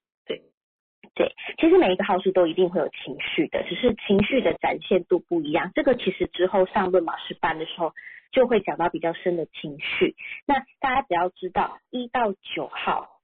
D: 对，其实每一个号数都一定会有情绪的，只是情绪的展现度不一样。这个其实之后上论马师班的时候就会讲到比较深的情绪。那大家只要知道一到九号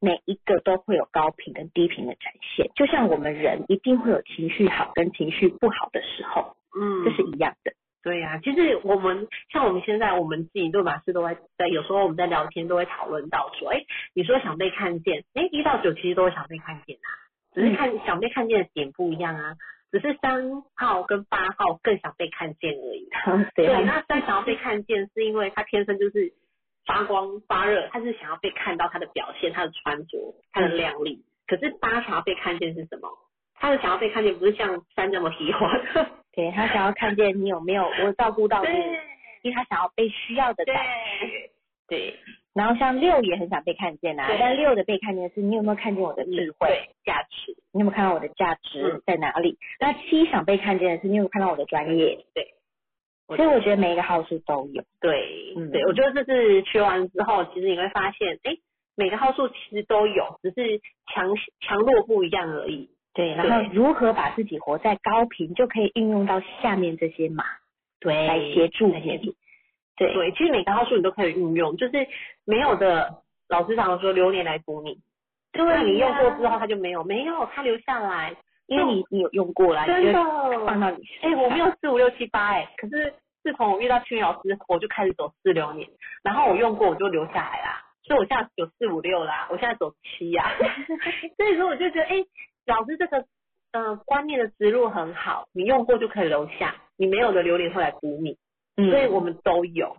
D: 每一个都会有高频跟低频的展现，就像我们人一定会有情绪好跟情绪不好的时候，
A: 嗯，
D: 这是一样的。
A: 对呀、其实我们像我们现在，我们自己对马师都会在有时候我们在聊天都会讨论到说，哎，你说想被看见，哎，一到九其实都会想被看见啊，只是
D: 嗯
A: 看、想被看见的点不一样啊，只是三号跟八号更想被看见而已。
D: 对
A: 对，那三想要被看见，是因为他天生就是发光发热，他是想要被看到他的表现、他的穿着、他
D: 嗯
A: 的靓丽。可是八想要被看见是什么？他的想要被看见不是像三这么喜欢，
D: 对他想要看见你有没有我照顾到你，
A: 对
D: 因为他想要被需要的
A: 对
D: 感
A: 对
D: 然后像六也很想被看见啊
A: 对，
D: 但六的被看见是你有没有看见我的智慧、
A: 对
D: 价值，你有没有看到我的价值
A: 嗯
D: 在哪里？那七想被看见的是你有没有看到我的专业？
A: 对我
D: 所以我觉得每一个号数都有。
A: 对，
D: 嗯
A: 对我觉得这是学完之后，其实你会发现，哎，每个号数其实都有，只是强强弱不一样而已。
D: 对，然后如何把自己活在高频，就可以运用到下面这些码
A: 对
D: 来协助
A: 来协助
D: 你。对，
A: 对，其实每个号数你都可以运用，就是没有的，老师常说榴莲来补你，因为你用过之后它就没有，没有它留下来，
D: 因为你你有用过啦，你
A: 真
D: 就
A: 的
D: 放到你
A: 哎、我没有四五六七八哎，可是自从我遇到青云老师，我就开始走四六年，然后我用过我就留下来啦，所以我现在有四五六啦，我现在走七啊呀、所以说我就觉得哎、老师这个呃观念的植入很好，你用过就可以留下，你没有的榴莲会来补你，
D: 嗯
A: 所以我们都有，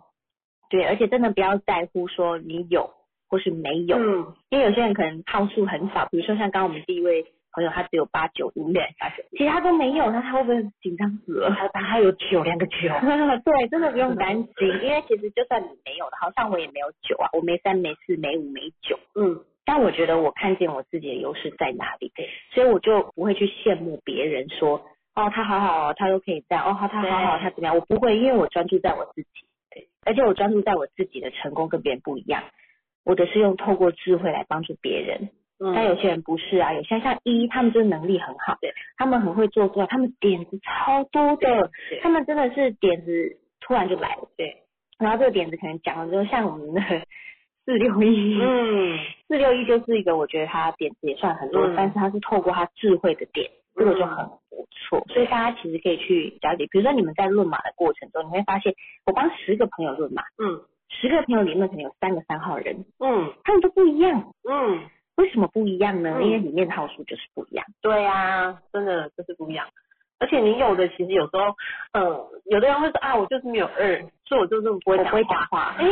D: 对，而且真的不要在乎说你有或是没有，
A: 嗯，
D: 因为有些人可能号数很少，比如说像刚刚我们第一位朋友，他只有八九五点，其实他都没有，那他会不会紧张死 了？
A: 还还有九两个九
D: 对，真的不用担心，因为其实就算你没有的，好像我也没有九啊，我没三、没四、没五、没九，
A: 嗯，
D: 但我觉得我看见我自己的优势在哪里，所以我就不会去羡慕别人说，哦，他好好，哦，他都可以这样，哦，他他好好，
A: 对
D: 他怎么样，我不会，因为我专注在我自己，对，而且我专注在我自己的成功跟别人不一样，我的是用透过智慧来帮助别人，
A: 嗯
D: 但有些人不是啊，有些像一，他们就是能力很好，对，他们很会做出来，他们点子超多的
A: 对，
D: 他们真的是点子突然就来了，
A: 对，
D: 然后这个点子可能讲了之后，像我们的 四六一，
A: 嗯
D: 四六一就是一个我觉得他点子也算很多，
A: 嗯
D: 但是他是透过他智慧的点，这个就很不
A: 嗯
D: 错，所以大家其实可以去了解，比如说你们在论马的过程中，你会发现我帮十个朋友论马，
A: 嗯
D: 十个朋友里面可能有三个三号人，
A: 嗯
D: 他们都不一样。
A: 嗯，
D: 为什么不一样呢？
A: 嗯
D: 因为里面的号数就是不一样。
A: 对啊，真的就是不一样。而且你有的其实有时候，呃，有的人会说啊，我就是没有二，所以我就是不会讲
D: 我不
A: 话。
D: 会讲话，
A: 哎、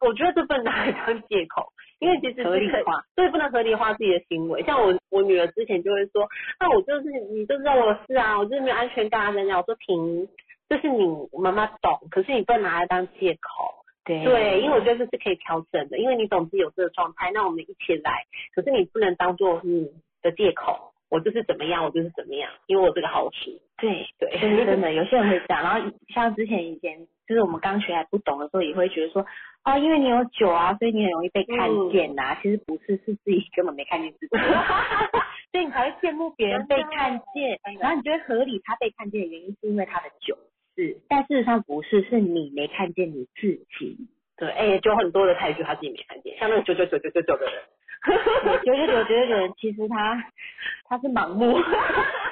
A: 我觉得这不能拿来当借口，因为其实是
D: 合理
A: 可以
D: 化，
A: 对，不能合理化自己的行为。像我，我女儿之前就会说，啊，我就是你就知道我是啊，我就是没有安全感啊，怎样？我说停，这是你妈妈懂，可是你不能拿来当借口。
D: 对
A: 对，因为我觉得这是可以调整的，因为你总是有这个状态，那我们一起来。可是你不能当做你的借口，我就是怎么样，我就是怎么样，因为我这个好处。
D: 对
A: 对，
D: 真的真的，有些人会这样。然后像之前以前，就是我们刚学还不懂的时候，也会觉得说，啊，因为你有酒啊，所以你很容易被看见呐、
A: 嗯
D: 其实不是，是自己根本没看见自己， 所以你才会羡慕别人被看见，
A: 哎
D: 然后你就会合理他被看见的原因是因为他的酒。
A: 嗯
D: 是，但事实上不是，是你没看见你自己。
A: 对，哎、就很多的台剧他自己没看见，像那个九九九九九九的人，
D: 九九九九九人其实他他是盲目，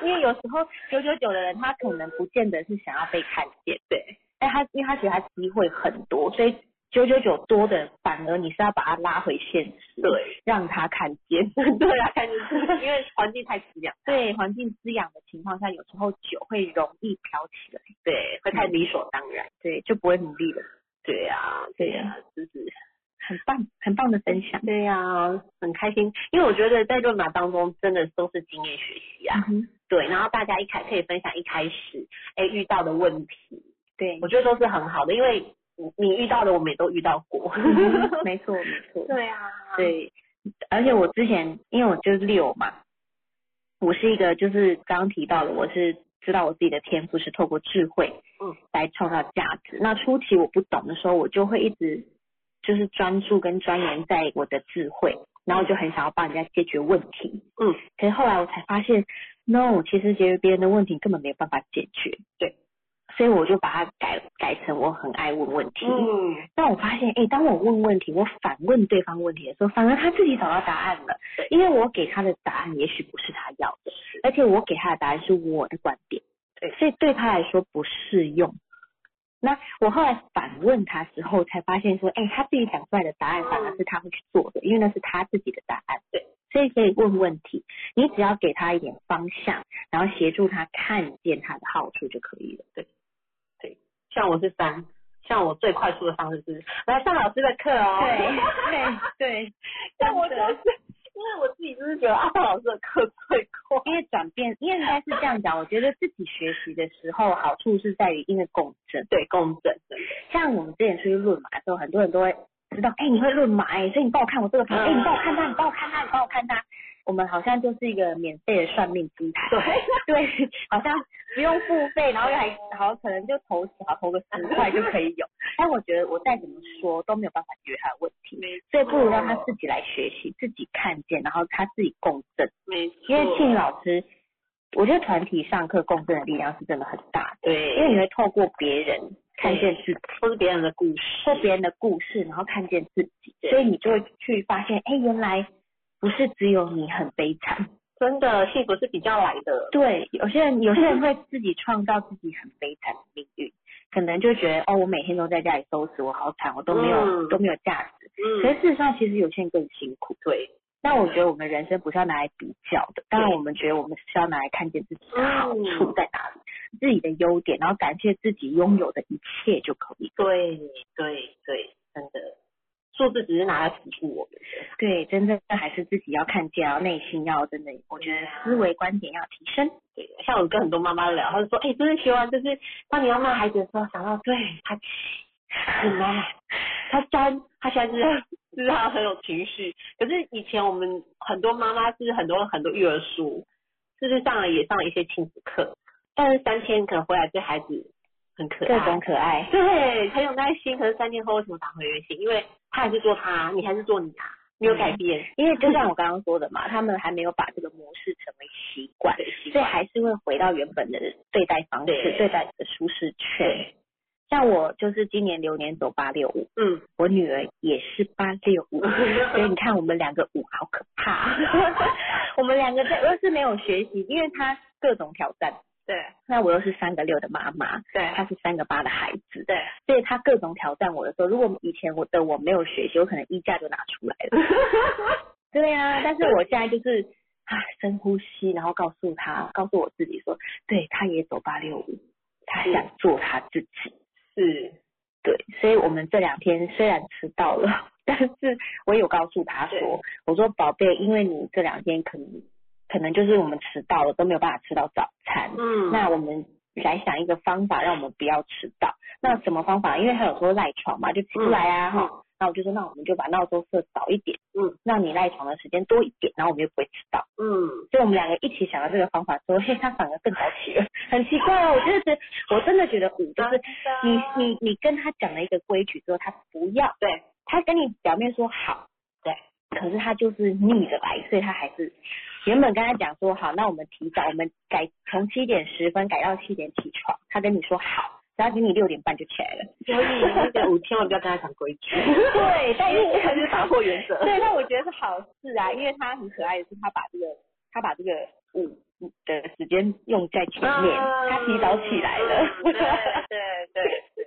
D: 因为有时候九九九的人他可能不见得是想要被看见，
A: 对，
D: 但他因为他觉得他机会很多，所以九九九多的反而你是要把他拉回现实，
A: 对，
D: 让他看见。
A: 对啊，看见自己因为环境太滋养，
D: 对环境滋养的情况下，有时候酒会容易飘起来，
A: 对，会太理所当然，
D: 对，就不会努力了。
A: 对啊，
D: 对呀、
A: 就是
D: 很棒，很棒的分享。
A: 对呀、很开心，因为我觉得在论马当中真的都是经验学习啊。
D: 嗯哼
A: 对，然后大家一开可以分享一开始哎遇到的问题，
D: 对，
A: 我觉得都是很好的，因为你你遇到的我们也都遇到过。
D: 嗯
A: 嗯
D: 没错，没错。
I: 对啊，
D: 对，而且我之前因为我就是六嘛，我是一个就是刚刚提到的，我是知道我自己的天赋是透过智慧，
A: 嗯，
D: 来创造价值。那初期我不懂的时候，我就会一直就是专注跟钻研在我的智慧，然后就很想要帮人家解决问题，
A: 嗯，
D: 可是后来我才发现，no，其实解决别人的问题根本没有办法解决，
A: 对，
D: 所以我就把它改改成我很爱问问题，
A: 嗯，
D: 但我发现，哎、当我问问题，我反问对方问题的时候，反而他自己找到答案了，因为我给他的答案也许不是他要的，而且我给他的答案是我的观点，对，所以对他来说不适用。那我后来反问他之后，才发现说，哎、他自己想出来的答案反而是他会去做的，因为那是他自己的答案，对，所以可以问问题，你只要给他一点方向，然后协助他看见他的好处就可以了，对，
A: 像我是三，像我最快速的方式是来上老师的课哦。
D: 对对，
A: 像我就是因为我自己就是觉得啊，上老师的课最快。
D: 因为转变，因为应该是这样讲，我觉得自己学习的时候，好处是在于因为共振。
A: 对，共振，真的
D: 像我们之前出去论马的时候，很多人都会知道，哎、你会论马、哎，所以你帮我看我这个盘，哎、你帮我看它，你帮我看它，你帮我看它。我们好像就是一个免费的算命机台，对对，好像不用付费，然后又还好像可能就投好投个十块就可以有。但我觉得我再怎么说都没有办法解决他的问题，所以不如让他自己来学习，自己看见，然后他自己共振。
A: 没错。
D: 因为庆老师，我觉得团体上课共振的力量是真的很大的，
A: 对，
D: 因为你会透过别人看见自己，
A: 都是别人的故事，
D: 或别人的故事，然后看见自己，所以你就会去发现，哎，原来不是只有你很悲惨，
A: 真的幸福是比较来的。
D: 对，有些人有些人会自己创造自己很悲惨的命运，可能就觉得哦，我每天都在家里收拾，我好惨，我都没有、
A: 嗯
D: 都没有价值。可
A: 嗯，
D: 是事实上，其实有些人更辛苦。对。那我觉得我们人生不是要拿来比较的，当然我们觉得我们是要拿来看见自己的好处在哪里，自己的优点，然后感谢自己拥有的一切就可以。
A: 对对对，真的，数字只是拿来辅助我们的。
D: 对，真正还是自己要看见，然后内心要真的，我觉得思维观点要提升。
A: 对，像我跟很多妈妈聊，她就说，哎、真的学完就是，当你要骂孩子的时候，想到对他气，很妈妈，他干，他现在就是就是他很有情绪。可是以前我们很多妈妈是很多很多育儿书，就是上了也上了一些亲子课，但是三天可能回来对孩子很可
D: 各
A: 爱，
D: 种可爱，
A: 对，很有耐心。可是三天后为什么打回原形？因为他还是做他，你还是做你啊，没有改变。
D: 因为就像我刚刚说的嘛，他们还没有把这个模式成为习惯，所以还是会回到原本的对待方式，
A: 对
D: 对待的舒适圈。像我就是今年流年走八六五，
A: 嗯，
D: 我女儿也是八六 五，所以你看我们两个五好可怕，啊我们两个在又是没有学习，因为她各种挑战。
A: 对
D: 那我又是三个六的妈妈，
A: 对
D: 她是三个八的孩子，
A: 对，
D: 所以她各种挑战我的时候，如果以前我的我没有学习，我可能衣架就拿出来 了。对啊，但是我现在就是啊，深呼吸，然后告诉他，告诉我自己说，对，他也走八六五，他
A: 嗯
D: 想做他自己。
A: 是，
D: 对，所以我们这两天虽然迟到了，但是我有告诉他说，我说宝贝，因为你这两天可能可能就是我们迟到了，都没有办法吃到早餐，
A: 嗯，
D: 那我们来想一个方法，让我们不要迟到。那什么方法？因为他有时候赖床嘛，就起
A: 嗯
D: 不来啊，哈、那我就说，那我们就把闹钟设早一点，
A: 嗯，
D: 让你赖床的时间多一点，然后我们就不会迟到。
A: 嗯，
D: 所以我们两个一起想到这个方法之后，嘿，他反而更早起了，很奇怪哦。我真的觉得，我真的觉得五就是你你你跟他讲了一个规矩之后，他不要，
A: 对，
D: 他跟你表面说好，对，可是他就是逆着来，所以他还是原本跟他讲说好，那我们提早，我们改从七点十分改到七点起床，他跟你说好，然后给你六点半就起来了，
A: 所以那个五千万不要跟他讲规矩，
D: 对，但因 为
A: 他就是打破原 则。
D: 对，但我觉得是好事啊，因为他很可爱的是，他把这个他把这个五五的时间用在前面，
A: 嗯
D: 他提早起来了。
A: 嗯对对对对，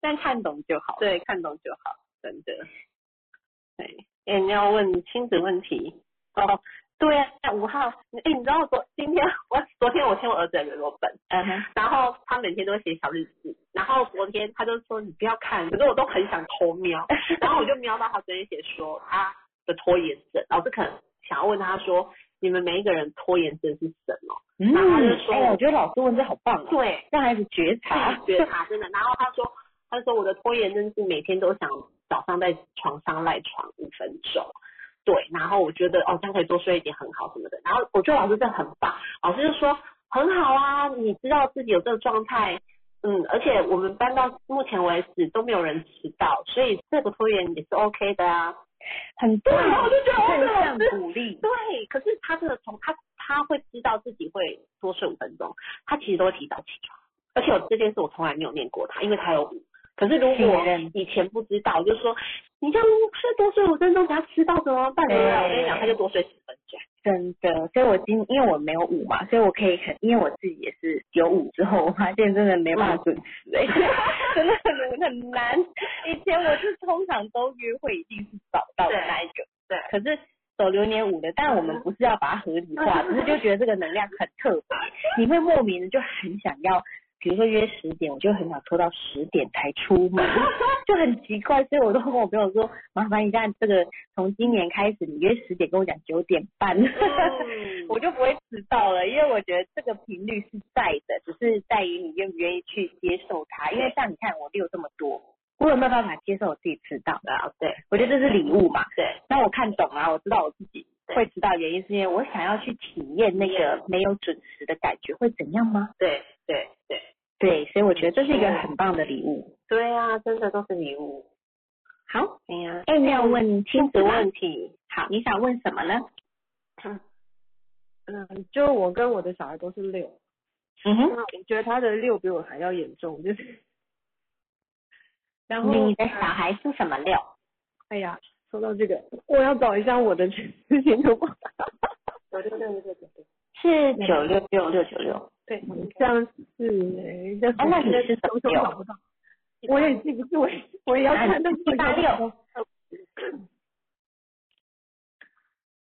D: 但看懂就好。
A: 对，看懂就好，真的。对，哎、你要问亲子问题哦，对啊，五号，哎，你知道昨今天我昨天我签我儿子的联络本，
D: 嗯哼，
A: 然后他每天都会写小日记，然后昨天他就说你不要看，可是我都很想偷 瞄，然后我就瞄到他昨天写说他的拖延症，老师可能想要问他说你们每一个人拖延症是什么？
D: 嗯
A: 然后他就说
D: 哎呀，我觉得老师问这好棒哦，
A: 对，
D: 让孩子觉察，
A: 自己觉察真的。然后他说，他说我的拖延症是每天都想早上在床上赖床五分钟。对，然后我觉得哦，这样可以多睡一点，很好什么的。然后我觉得老师真的很棒，老师就说很好啊，你知道自己有这个状态，嗯，而且我们班到目前为止都没有人迟到，所以这个拖延也是 OK 的啊。
D: 很棒，
A: 然后我就觉得
D: 正
A: 哦
D: 向
A: 这个
D: 鼓励，
A: 对，可是他真的从他他会知道自己会多睡五分钟，他其实都会提早起床，而且我这件事我从来没有念过他，因为他有五。可是如果
D: 信任
A: 以前不知道，我就说你这样睡多睡五分钟，等下迟到怎么办？对不对？
D: 对
A: 我跟你讲，他就多睡十分钟。
D: 真的，所以我今因为我没有五嘛，所以我可以很，因为我自己也是有五之后，我发现真的没
A: 嗯
D: 办法准时、哎， 真的很很难。以前我是通常都约会一定是早到的那一个，
A: 对嗯
D: 可是走流年五的，但我们不是要把它合理化，只是就觉得这个能量很特别，你会莫名的就很想要。比如说约十点，我就很想拖到十点才 出门，就很奇怪，所以我都跟我朋友说，麻烦你看这个从今年开始，你约十点跟我讲九点半， 我就不会迟到了，因为我觉得这个频率是在的，只是在于你愿不愿意去接受它。因为像你看我六这么多，我有没有办法接受我自己迟到的啊？对，我觉得这是礼物嘛。
A: 对，
D: 那我看懂啊，我知道我自己会迟到，原因是因为我想要去体验那个没有准时的感觉会怎样吗？
A: 对对对
D: 对，所以我觉得这是一个很棒的礼物。
A: 对啊，真的都是礼物。
D: 好，
A: 哎呀，
D: 哎，那要问亲
A: 这
D: 子
A: 个
D: 问
A: 问题，
D: 好，你想问什么呢？
G: 嗯，就我跟我的小孩都是六，
D: 嗯
G: 那，我觉得他的六比我还要严重，就是，然后
D: 你的小孩是什么料？
G: 哎呀，说到这个，我要找一下我的事情就不好。
A: 我就认为这个。
D: 是九六六六九六。
G: 对，好像是嗯哎，
D: 哎，那你是什
G: 我
D: 么
G: 都找
D: 六？
G: 不到，我也记不住，我也我也要看那
D: 一八六。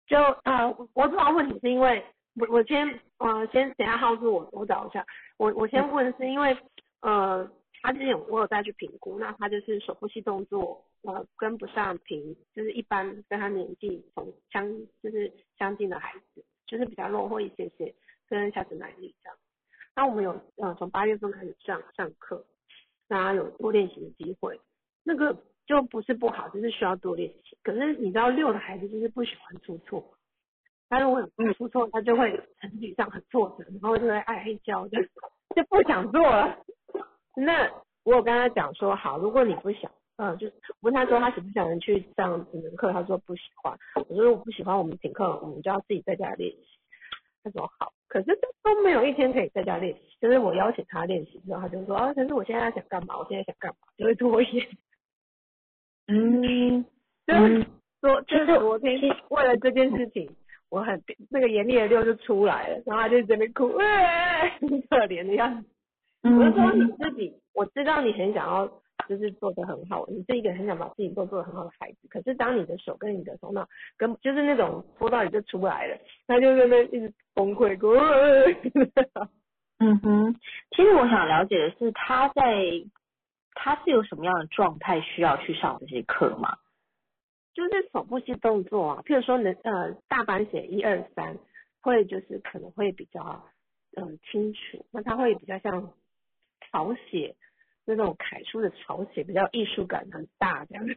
G: 就呃，我我主要问你是因为我我先呃先等一下号数我我找一下，我我先问是因为呃他之前我有再去评估，那他就是手部系动作呃跟不上平，就是一般跟他年纪同相就是相近的孩子，就是比较落后一些些，跟下肢耐力这样。那我们有呃从八月份开始上上课，那有多练习的机会，那个就不是不好，就是需要多练习。可是你知道六的孩子就是不喜欢出错，他如果有出错，他就会很沮丧、很挫折，然后就会爱黑胶，就就不想做了。那我有跟他讲说，好，如果你不想，嗯，就是我问他说他喜不想去上体能课，他说不喜欢。我说如果不喜欢，我们停课，我们就要自己在家练习。他说好，可是他都没有一天可以在家练习。就是我邀请他练习之后，他就说啊，可是我现在想干嘛？我现在想干嘛？就会拖延。
D: 嗯，
G: 就是
D: 嗯
G: 昨， 就
D: 其实
G: 是昨天
D: 其实
G: 为了这件事情，我很那个严厉的六就出来了，然后他就在那边哭，哎，很 可怜的样子。我就说你自己，我知道你很想要，就是做的很好，你是一个很想把自己都做的很好的孩子。可是当你的手跟你的头脑跟就是那种拖到你就出来了，他就在那边一直崩溃呃哭。
D: 嗯哼，其实我想了解的是，他在他是有什么样的状态需要去上这些课吗？
G: 就是手部系动作啊，譬如说能呃大板写一二三，会就是可能会比较嗯清楚，那它会比较像草写那种楷书的草写，比较艺术感很大这样子。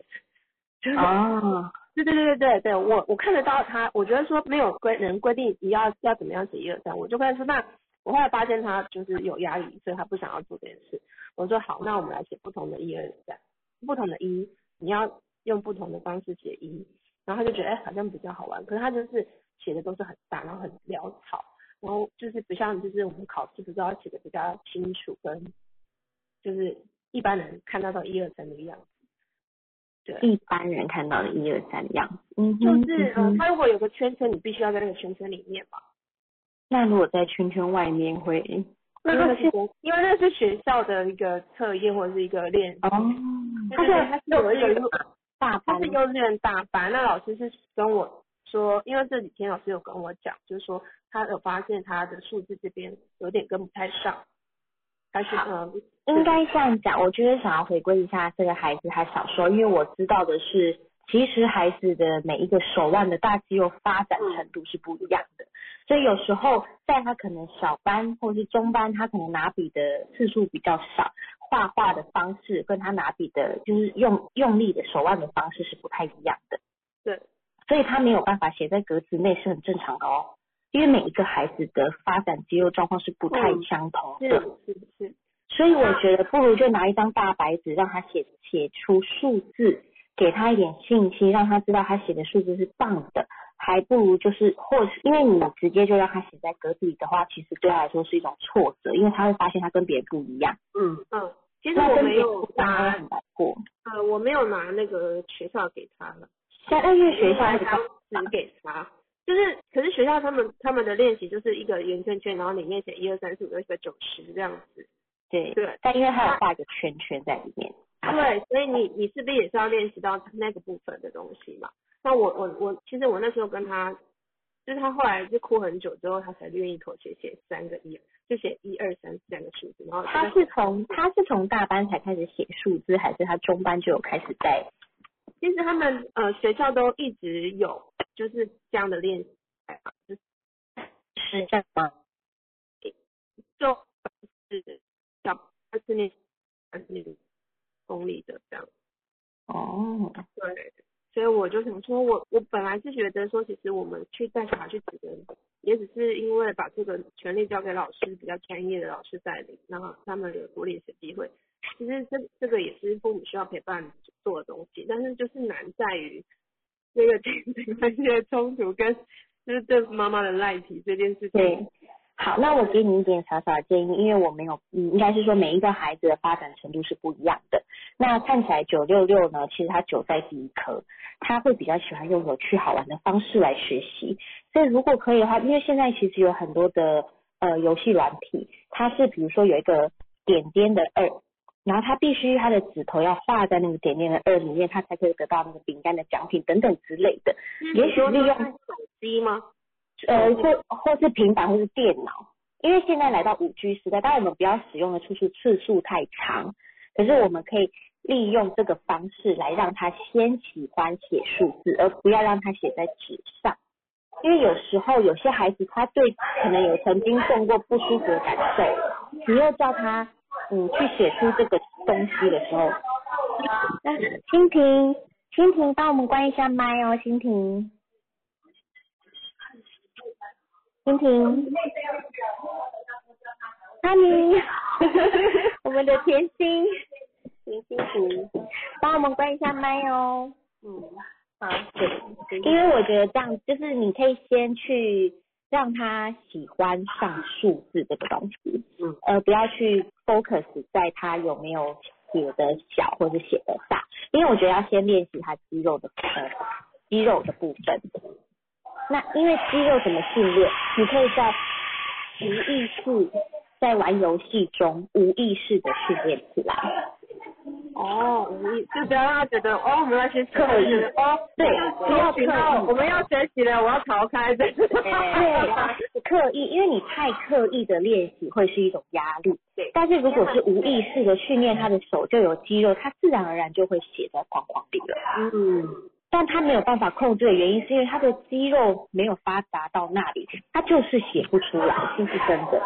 G: 就是
D: 啊，
G: 对对对对对对，我我看得到他，我觉得说没有规人规定你要要怎么样写一二三，我就跟他说那我后来发现他就是有压力，所以他不想要做这件事。我说好，那我们来写不同的一二三，不同的一，你要用不同的方式写一，然后他就觉得哎、好像比较好玩，可是他就是写的都是很大，然后很潦草，然后就是不像就是我们考试不是要写的比较清楚跟就是一般人看到到一二三那个样子。
D: 一般人看到的一二三样子。嗯
G: 就
D: 哼，
G: 是
D: 嗯
G: 嗯，
D: 哼
G: 它如果有个圈圈，你必须要在那个圈圈里面嘛。
D: 那如果在圈圈外面会
G: 那个是因为那是学校的一个测验或者是一个练习，
D: 哦，
G: 它是它是有一个
D: 大
G: 它
D: 班
G: 是幼稚园大班，那老师是跟我说，因为这几天老师有跟我讲，就是说他有发现他的数字这边有点跟不太上，但是嗯，
D: 应该这样讲，我就是想要回归一下这个孩子他小时候，因为我知道的是，其实孩子的每一个手腕的大肌肉发展
G: 嗯
D: 程度是不一样的，所以有时候在他可能小班或是中班，他可能拿笔的次数比较少，画画的方式跟他拿笔的，就是用用力的手腕的方式是不太一样的。
G: 对，
D: 所以他没有办法写在格子内是很正常的哦，因为每一个孩子的发展肌肉状况是不太
G: 嗯
D: 相同
G: 是
D: 的。
G: 是是，
D: 所以我觉得不如就拿一张大白纸，让他写写出数字，给他一点信息，让他知道他写的数字是棒的，还不如就是或是因为你直接就让他写在格子里的话，其实对他来说是一种挫折，因为他会发现他跟别人不一样，
A: 嗯，
G: 嗯，其实
D: 那
G: 我
D: 跟
G: 没
D: 别人
G: 有
D: 不一样他会
G: 拿
D: 很难过。
G: 呃我没有拿那个学校给他了。
D: 像因为学校
G: 他
D: 比较
G: 指给他，就是可是学校他们他们的练习就是一个圆圈圈，然后里面写一二三四五六七八九十这样子。
D: 对，
G: 对
D: 但因为他有画一个圈圈在里面，
G: 对，所以你你是不是也是要练习到那个部分的东西嘛？那我我我其实我那时候跟他，就是他后来就哭很久之后，他才愿意妥协写三个一，就写一二三四三个数字，然后
D: 他是从他是从大班才开始写数字，还是他中班就有开始在
G: 其实他们呃学校都一直有就是这样的练习，就是
D: 施展吗？
G: 就是小二四年二四年公立的这样。
D: 哦，
G: 对，所以我就想说我，我本来是觉得说，其实我们去带小孩去指人，也只是因为把这个权利交给老师，比较专业的老师带领，然后他们有多练习的机会。其实这这个也是父母需要陪伴做的东西，但是就是难在于这个亲子关系的冲突跟就是对妈妈的赖皮这件事
D: 对
G: 情。，
D: 好，那我给你一点小小的建议，因为我没有，嗯，应该是说每一个孩子的发展程度是不一样的。那看起来九六六呢，其实他九在第一科，他会比较喜欢用有趣好玩的方式来学习。所以如果可以的话，因为现在其实有很多的呃游戏软体，它是比如说有一个点点的二，然后他必须他的指头要画在那个点点的二里面，他才可以得到那个饼干的奖品等等之类的。也许利用
G: 手机吗？
D: 呃，或或是平板或是电脑，因为现在来到五 G 时代，当然我们不要使用的次数次数太长，可是我们可以利用这个方式来让他先喜欢写数字，而不要让他写在纸上。因为有时候有些孩子他对可能有曾经动过不舒服的感受，你又叫他嗯去写出这个东西的时候，那蜻蜓，蜻蜓帮我们关一下麦哦，蜻蜓。婷婷，哈尼，我们的甜心，甜心婷，帮我们关一下麦哦。嗯，好，对，因为我觉得这样就是你可以先去让他喜欢上数字这个东西，
A: 嗯，
D: 呃，不要去 focus 在他有没有写的小或者写的大，因为我觉得要先练习他肌肉的呃肌肉的部分。那因为肌肉怎么训练？你可以在无意识在玩游戏中无意识的训练起来。
G: 哦，无意，就不要让他觉得哦，我们要学习
D: 刻意
G: 哦，
D: 对，不要刻
G: 学到
D: 意
G: 我。们要学习了，我要逃开这 个。
D: 对，刻意，因为你太刻意的练习会是一种压力。对，但是如果是无意识的训练，他的手就有肌肉，他自然而然就会写在框框里了。
A: 嗯，
D: 但他没有办法控制的原因，是因为他的肌肉没有发达到那里，他就是写不出来，这是真的。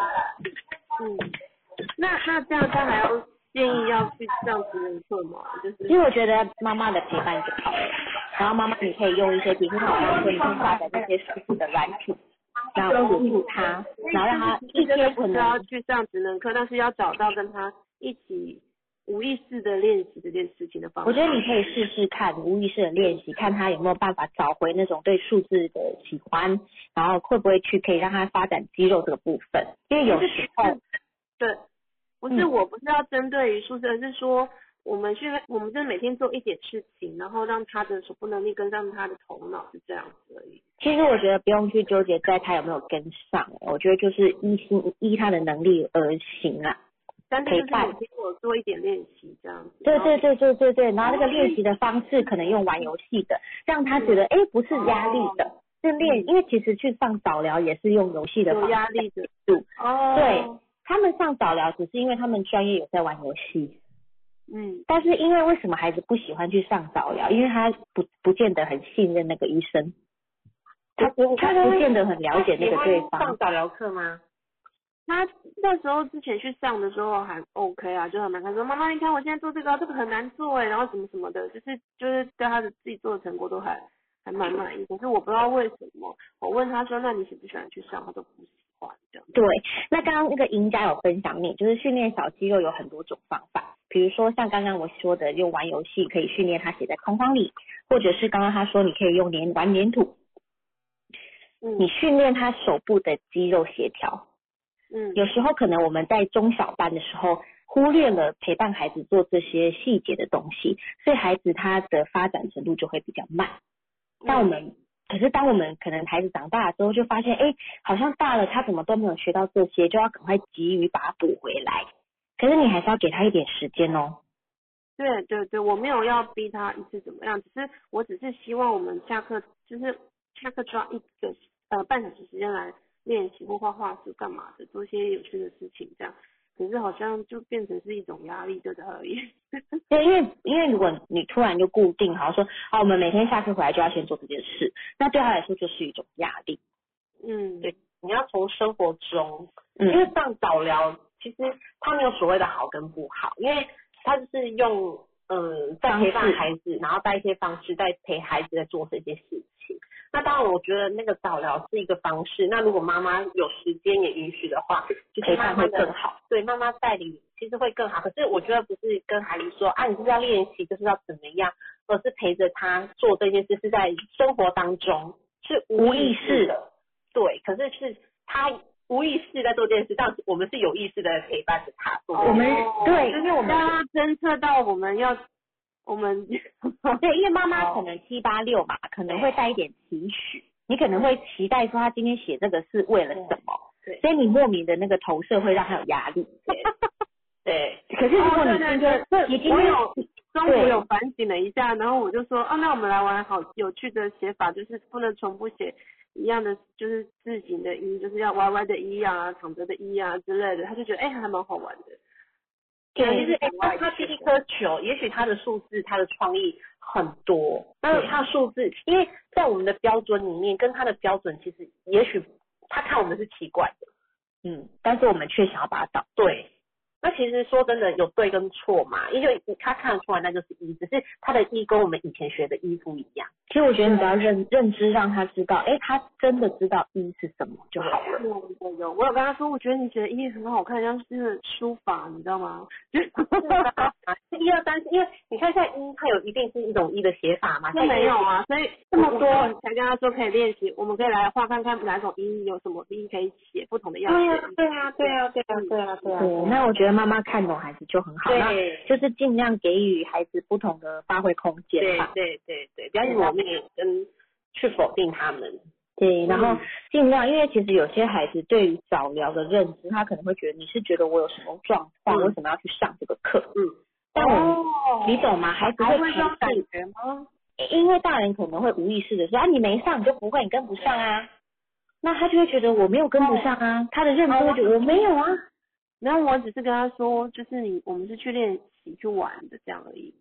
G: 那那这样他还要建议要去上职人课吗？就是
D: 其实我觉得妈妈的陪伴就好了，然后妈妈你可以用一些，比如说我刚说你画的那些数字的软体，然后辅助他，然后让他一
G: 真的
D: 天
G: 不
D: 可
G: 是
D: 能
G: 要去上职能课，但是要找到跟他一起无意识的练习这件事情的方
D: 我
G: 法。
D: 觉得你可以试试看无意识的练习，看他有没有办法找回那种对数字的喜欢，然后会不会去可以让他发展肌肉这个部分，因为有时候
G: 对，不是我不是要针对于数字，而是说我们去我们就是每天做一点事情，然后让他的手部能力跟上他的头脑是这样子而已。
D: 其实我觉得不用去纠结在他有没有跟上，我觉得就是依心依他的能力而行啊。
G: 但是就
D: 陪
G: 是
D: 伴
G: 每天我做一点练习这样子。
D: 对
G: 然后
D: 对对对对对，然后那个练习的方式可能用玩游戏的，让他觉得哎不是压力的，就练，因为其实去上早疗也是用游戏的
J: 有
D: 方
J: 压
D: 式，
J: 力的
D: 度
J: 哦，
D: 对他们上早疗只是因为他们专业有在玩游戏，
J: 嗯，
D: 但是因为为什么孩子不喜欢去上早疗？因为他不不见得很信任那个医生，他不他不见得很了解那个对
A: 喜欢上
D: 方。
A: 早疗课吗？
G: 他那时候之前去上的时候还 OK 啊，就很蛮开心。说妈妈，你看我现在做这个啊，这个很难做哎，然后什么什么的，就是就是对他的自己做的成果都还还蛮满意。可是我不知道为什么，我问他说，那你喜不喜欢去上？他都不喜欢这样。
D: 对，那刚刚那个赢家有分享你，就是训练小肌肉有很多种方法，比如说像刚刚我说的，用玩游戏可以训练他写在框框里，或者是刚刚他说你可以用粘玩粘土，
G: 嗯
D: 你训练他手部的肌肉协调。
G: 嗯
D: 有时候可能我们在中小班的时候忽略了陪伴孩子做这些细节的东西，所以孩子他的发展程度就会比较慢。
G: 嗯
D: 但我
A: 嗯
D: 们可是当我们可能孩子长大了之后，就发现哎，诶好像大了他怎么都没有学到这些，就要赶快急于把它补回来。可是你还是要给他一点时间哦。
G: 对对对，我没有要逼他一次怎么样，只是我只是希望我们下课就是下课抓一个呃半小时时间来练习或画画是干嘛的，做一些有趣的事情这样。可是好像就变成是一种压力对他而言。
D: 对，因为因为如果你突然就固定，好像说啊，我们每天下课回来就要先做这件事，那对他来说就是一种压力。
G: 嗯，
A: 对你要从生活中，
D: 嗯
A: 因为上早疗其实它没有所谓的好跟不好，因为它就是用嗯在陪伴孩子，然后带一些方式在陪孩子在做这些事情。那当然，我觉得那个早疗是一个方式。那如果妈妈有时间也允许的话，就是
D: 陪伴
A: 慢慢
D: 会
A: 地
D: 更好。
A: 对妈妈带领其实会更好。可是我觉得不是跟孩子说啊，你就是要练习，就是要怎么样，而是陪着他做这件事，是在生活当中是无意识的。对，可是是他无意识在做这件事，但是我们是有意识的陪伴着他做这件事。
D: 我们对，
A: 就是我们
G: 让他哦侦测到我们要我们
D: 哦对，因为妈妈可能七八六嘛，可能会带一点期许，你可能会期待说他今天写这个是为了什么，
A: 对对
D: 所以你莫名的那个投射会让他有压力。
A: 对
D: 可是如果你
G: 哦对
D: 今
G: 对
D: 天，你今
G: 我
D: 天
G: 有中午有反省了一下，然后我就说，啊，那我们来玩好有趣的写法，就是不能重复写一样的，就是字形的一，就是要歪歪的一啊，躺着的一啊之类的。他就觉得，哎、还蛮好玩的。
A: 对，就是哎，那他第一颗球，也许他的数字，他的创意很多，但是他的数字，因为在我们的标准里面，跟他的标准其实，也许他看我们是奇怪的，
D: 嗯，但是我们却想要把它倒，
A: 对。那其实说真的，有对跟错嘛？因为他看得出来那就是一，只是他的一跟我们以前学的一不一样。
D: 其实我觉得你只要认认知让他知道，哎，他真的知道一是什么就好了。
G: 有有有，我有跟他说，我觉得你写的一很好看，像是书法，你知道吗？
A: 是一二三四，因为你看像一，它有一定是一种一的写法嘛，
G: 那没有啊，所以这
A: 么多
G: 我才跟他说可以练习，我们可以来画看看哪种一有什么一可以写不同的样子。
A: 对啊，对啊，对啊，对啊，对啊，
D: 对，那我觉得妈妈看懂孩子就很好，
A: 对
D: 啊那就是尽量给予孩子不同的发挥空间
A: 对
D: 吧。
A: 对对对，不要去磨灭跟去否定他们。
D: 对，然后尽量，因为其实有些孩子对于早疗的认知，他可能会觉得你是觉得我有什么状况，
A: 嗯
D: 为什么要去上这个课？
A: 嗯，
D: 但我们、你懂吗？孩子会排斥，
G: 觉吗？
D: 因为大人可能会无意识的说啊，你没上你就不会，你跟不上啊。那他就会觉得我没有跟不上啊，他的认知会觉得我没有啊。
G: 然后我只是跟他说，就是你我们是去练习去玩的这样而已。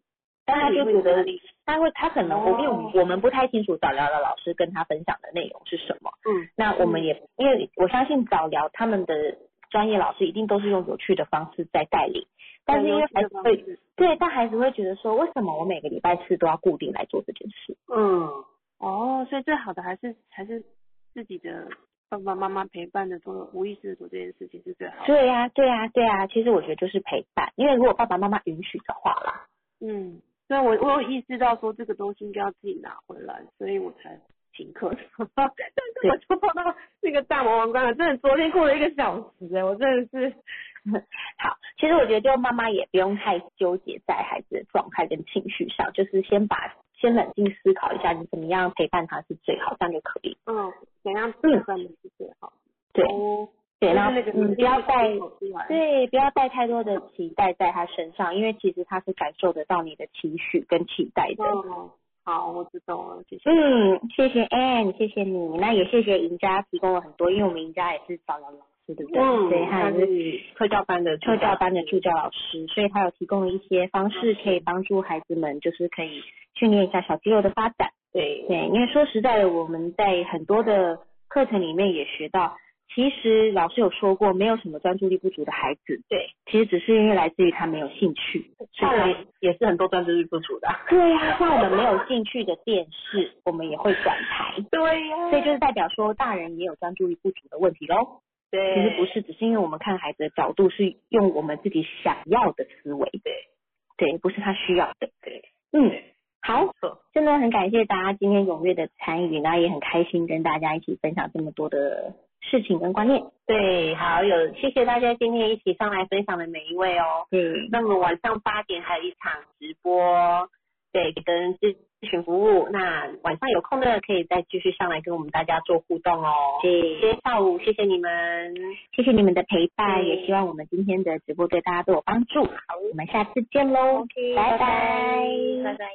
D: 但他就觉
G: 那
D: 得
G: 你
D: 他会，他可能我因
A: 哦
D: 为我们不太清楚早疗的老师跟他分享的内容是什么。
A: 嗯，
D: 那我们也因为我相信早疗他们的专业老师一定都是用有趣的方式在带领，但是因为孩子
G: 会
D: 会对，但孩子会觉得说，为什么我每个礼拜四都要固定来做这件事？
A: 嗯，
G: 哦，所以最好的还是还是自己的爸爸妈妈陪伴着做，无意识的做这件事情是最好的。
D: 对呀、对呀、对呀、其实我觉得就是陪伴，因为如果爸爸妈妈允许的话啦，
G: 嗯，所以我我有意识到说这个东西应该要自己拿回来，所以我才停课。 但是我就碰到那个大魔王关了，真的昨天过了一个小时哎，我真的是
D: 好，其实我觉得就妈妈也不用太纠结在孩子的状态跟情绪上，就是先把先冷静思考一下，你怎么样陪伴他是最好，这样就可以。
G: 嗯，怎样陪伴的是最好。
D: 对
G: 哦，
D: 对，然
G: 就
D: 后
G: 是那个
D: 你不要带
G: 出来。
D: 对，不要带太多的期待在他身上，因为其实他是感受得到你的期许跟期待的。
G: 哦，
A: 好，我知道了，谢谢。
D: 嗯，谢谢 Anne，谢谢你，那也谢谢赢家提供了很多，因为我们赢家也是找了老师，对不对？对，他
A: 嗯他
D: 也是
A: 是特教班的助
D: 特教
A: 教，
D: 班的助教老师，所以他有提供了一些方式可以帮助孩子们，就是可以训练一下小肌肉的发展。
A: 对，
D: 对，因为说实在的，我们在很多的课程里面也学到，其实老师有说过，没有什么专注力不足的孩子，
A: 对，
D: 其实只是因为来自于他没有兴趣，所以
A: 像
D: 他
A: 我也是很多专注力不足的。
D: 对呀、像我们没有兴趣的电视，我们也会转台，
A: 对呀
D: 所以就是代表说大人也有专注力不足的问题喽。
A: 对，
D: 其实不是，只是因为我们看孩子的角度是用我们自己想要的思维，对，对，不是他需要的，
A: 对，
D: 嗯，好，
A: 错
D: 真的很感谢大家今天踊跃的参与，那也很开心跟大家一起分享这么多的事情跟观念，
A: 对，好有，谢谢大家今天一起上来分享的每一位哦。
D: 对，
A: 那么晚上八点还有一场直播，对，跟咨询服务。那晚上有空的可以再继续上来跟我们大家做互动哦。
D: 对
A: 今天下午谢谢你们，
D: 谢谢你们的陪伴，
A: 嗯
D: 也希望我们今天的直播对大家都有帮助，我们下次见喽，拜拜
A: 拜拜。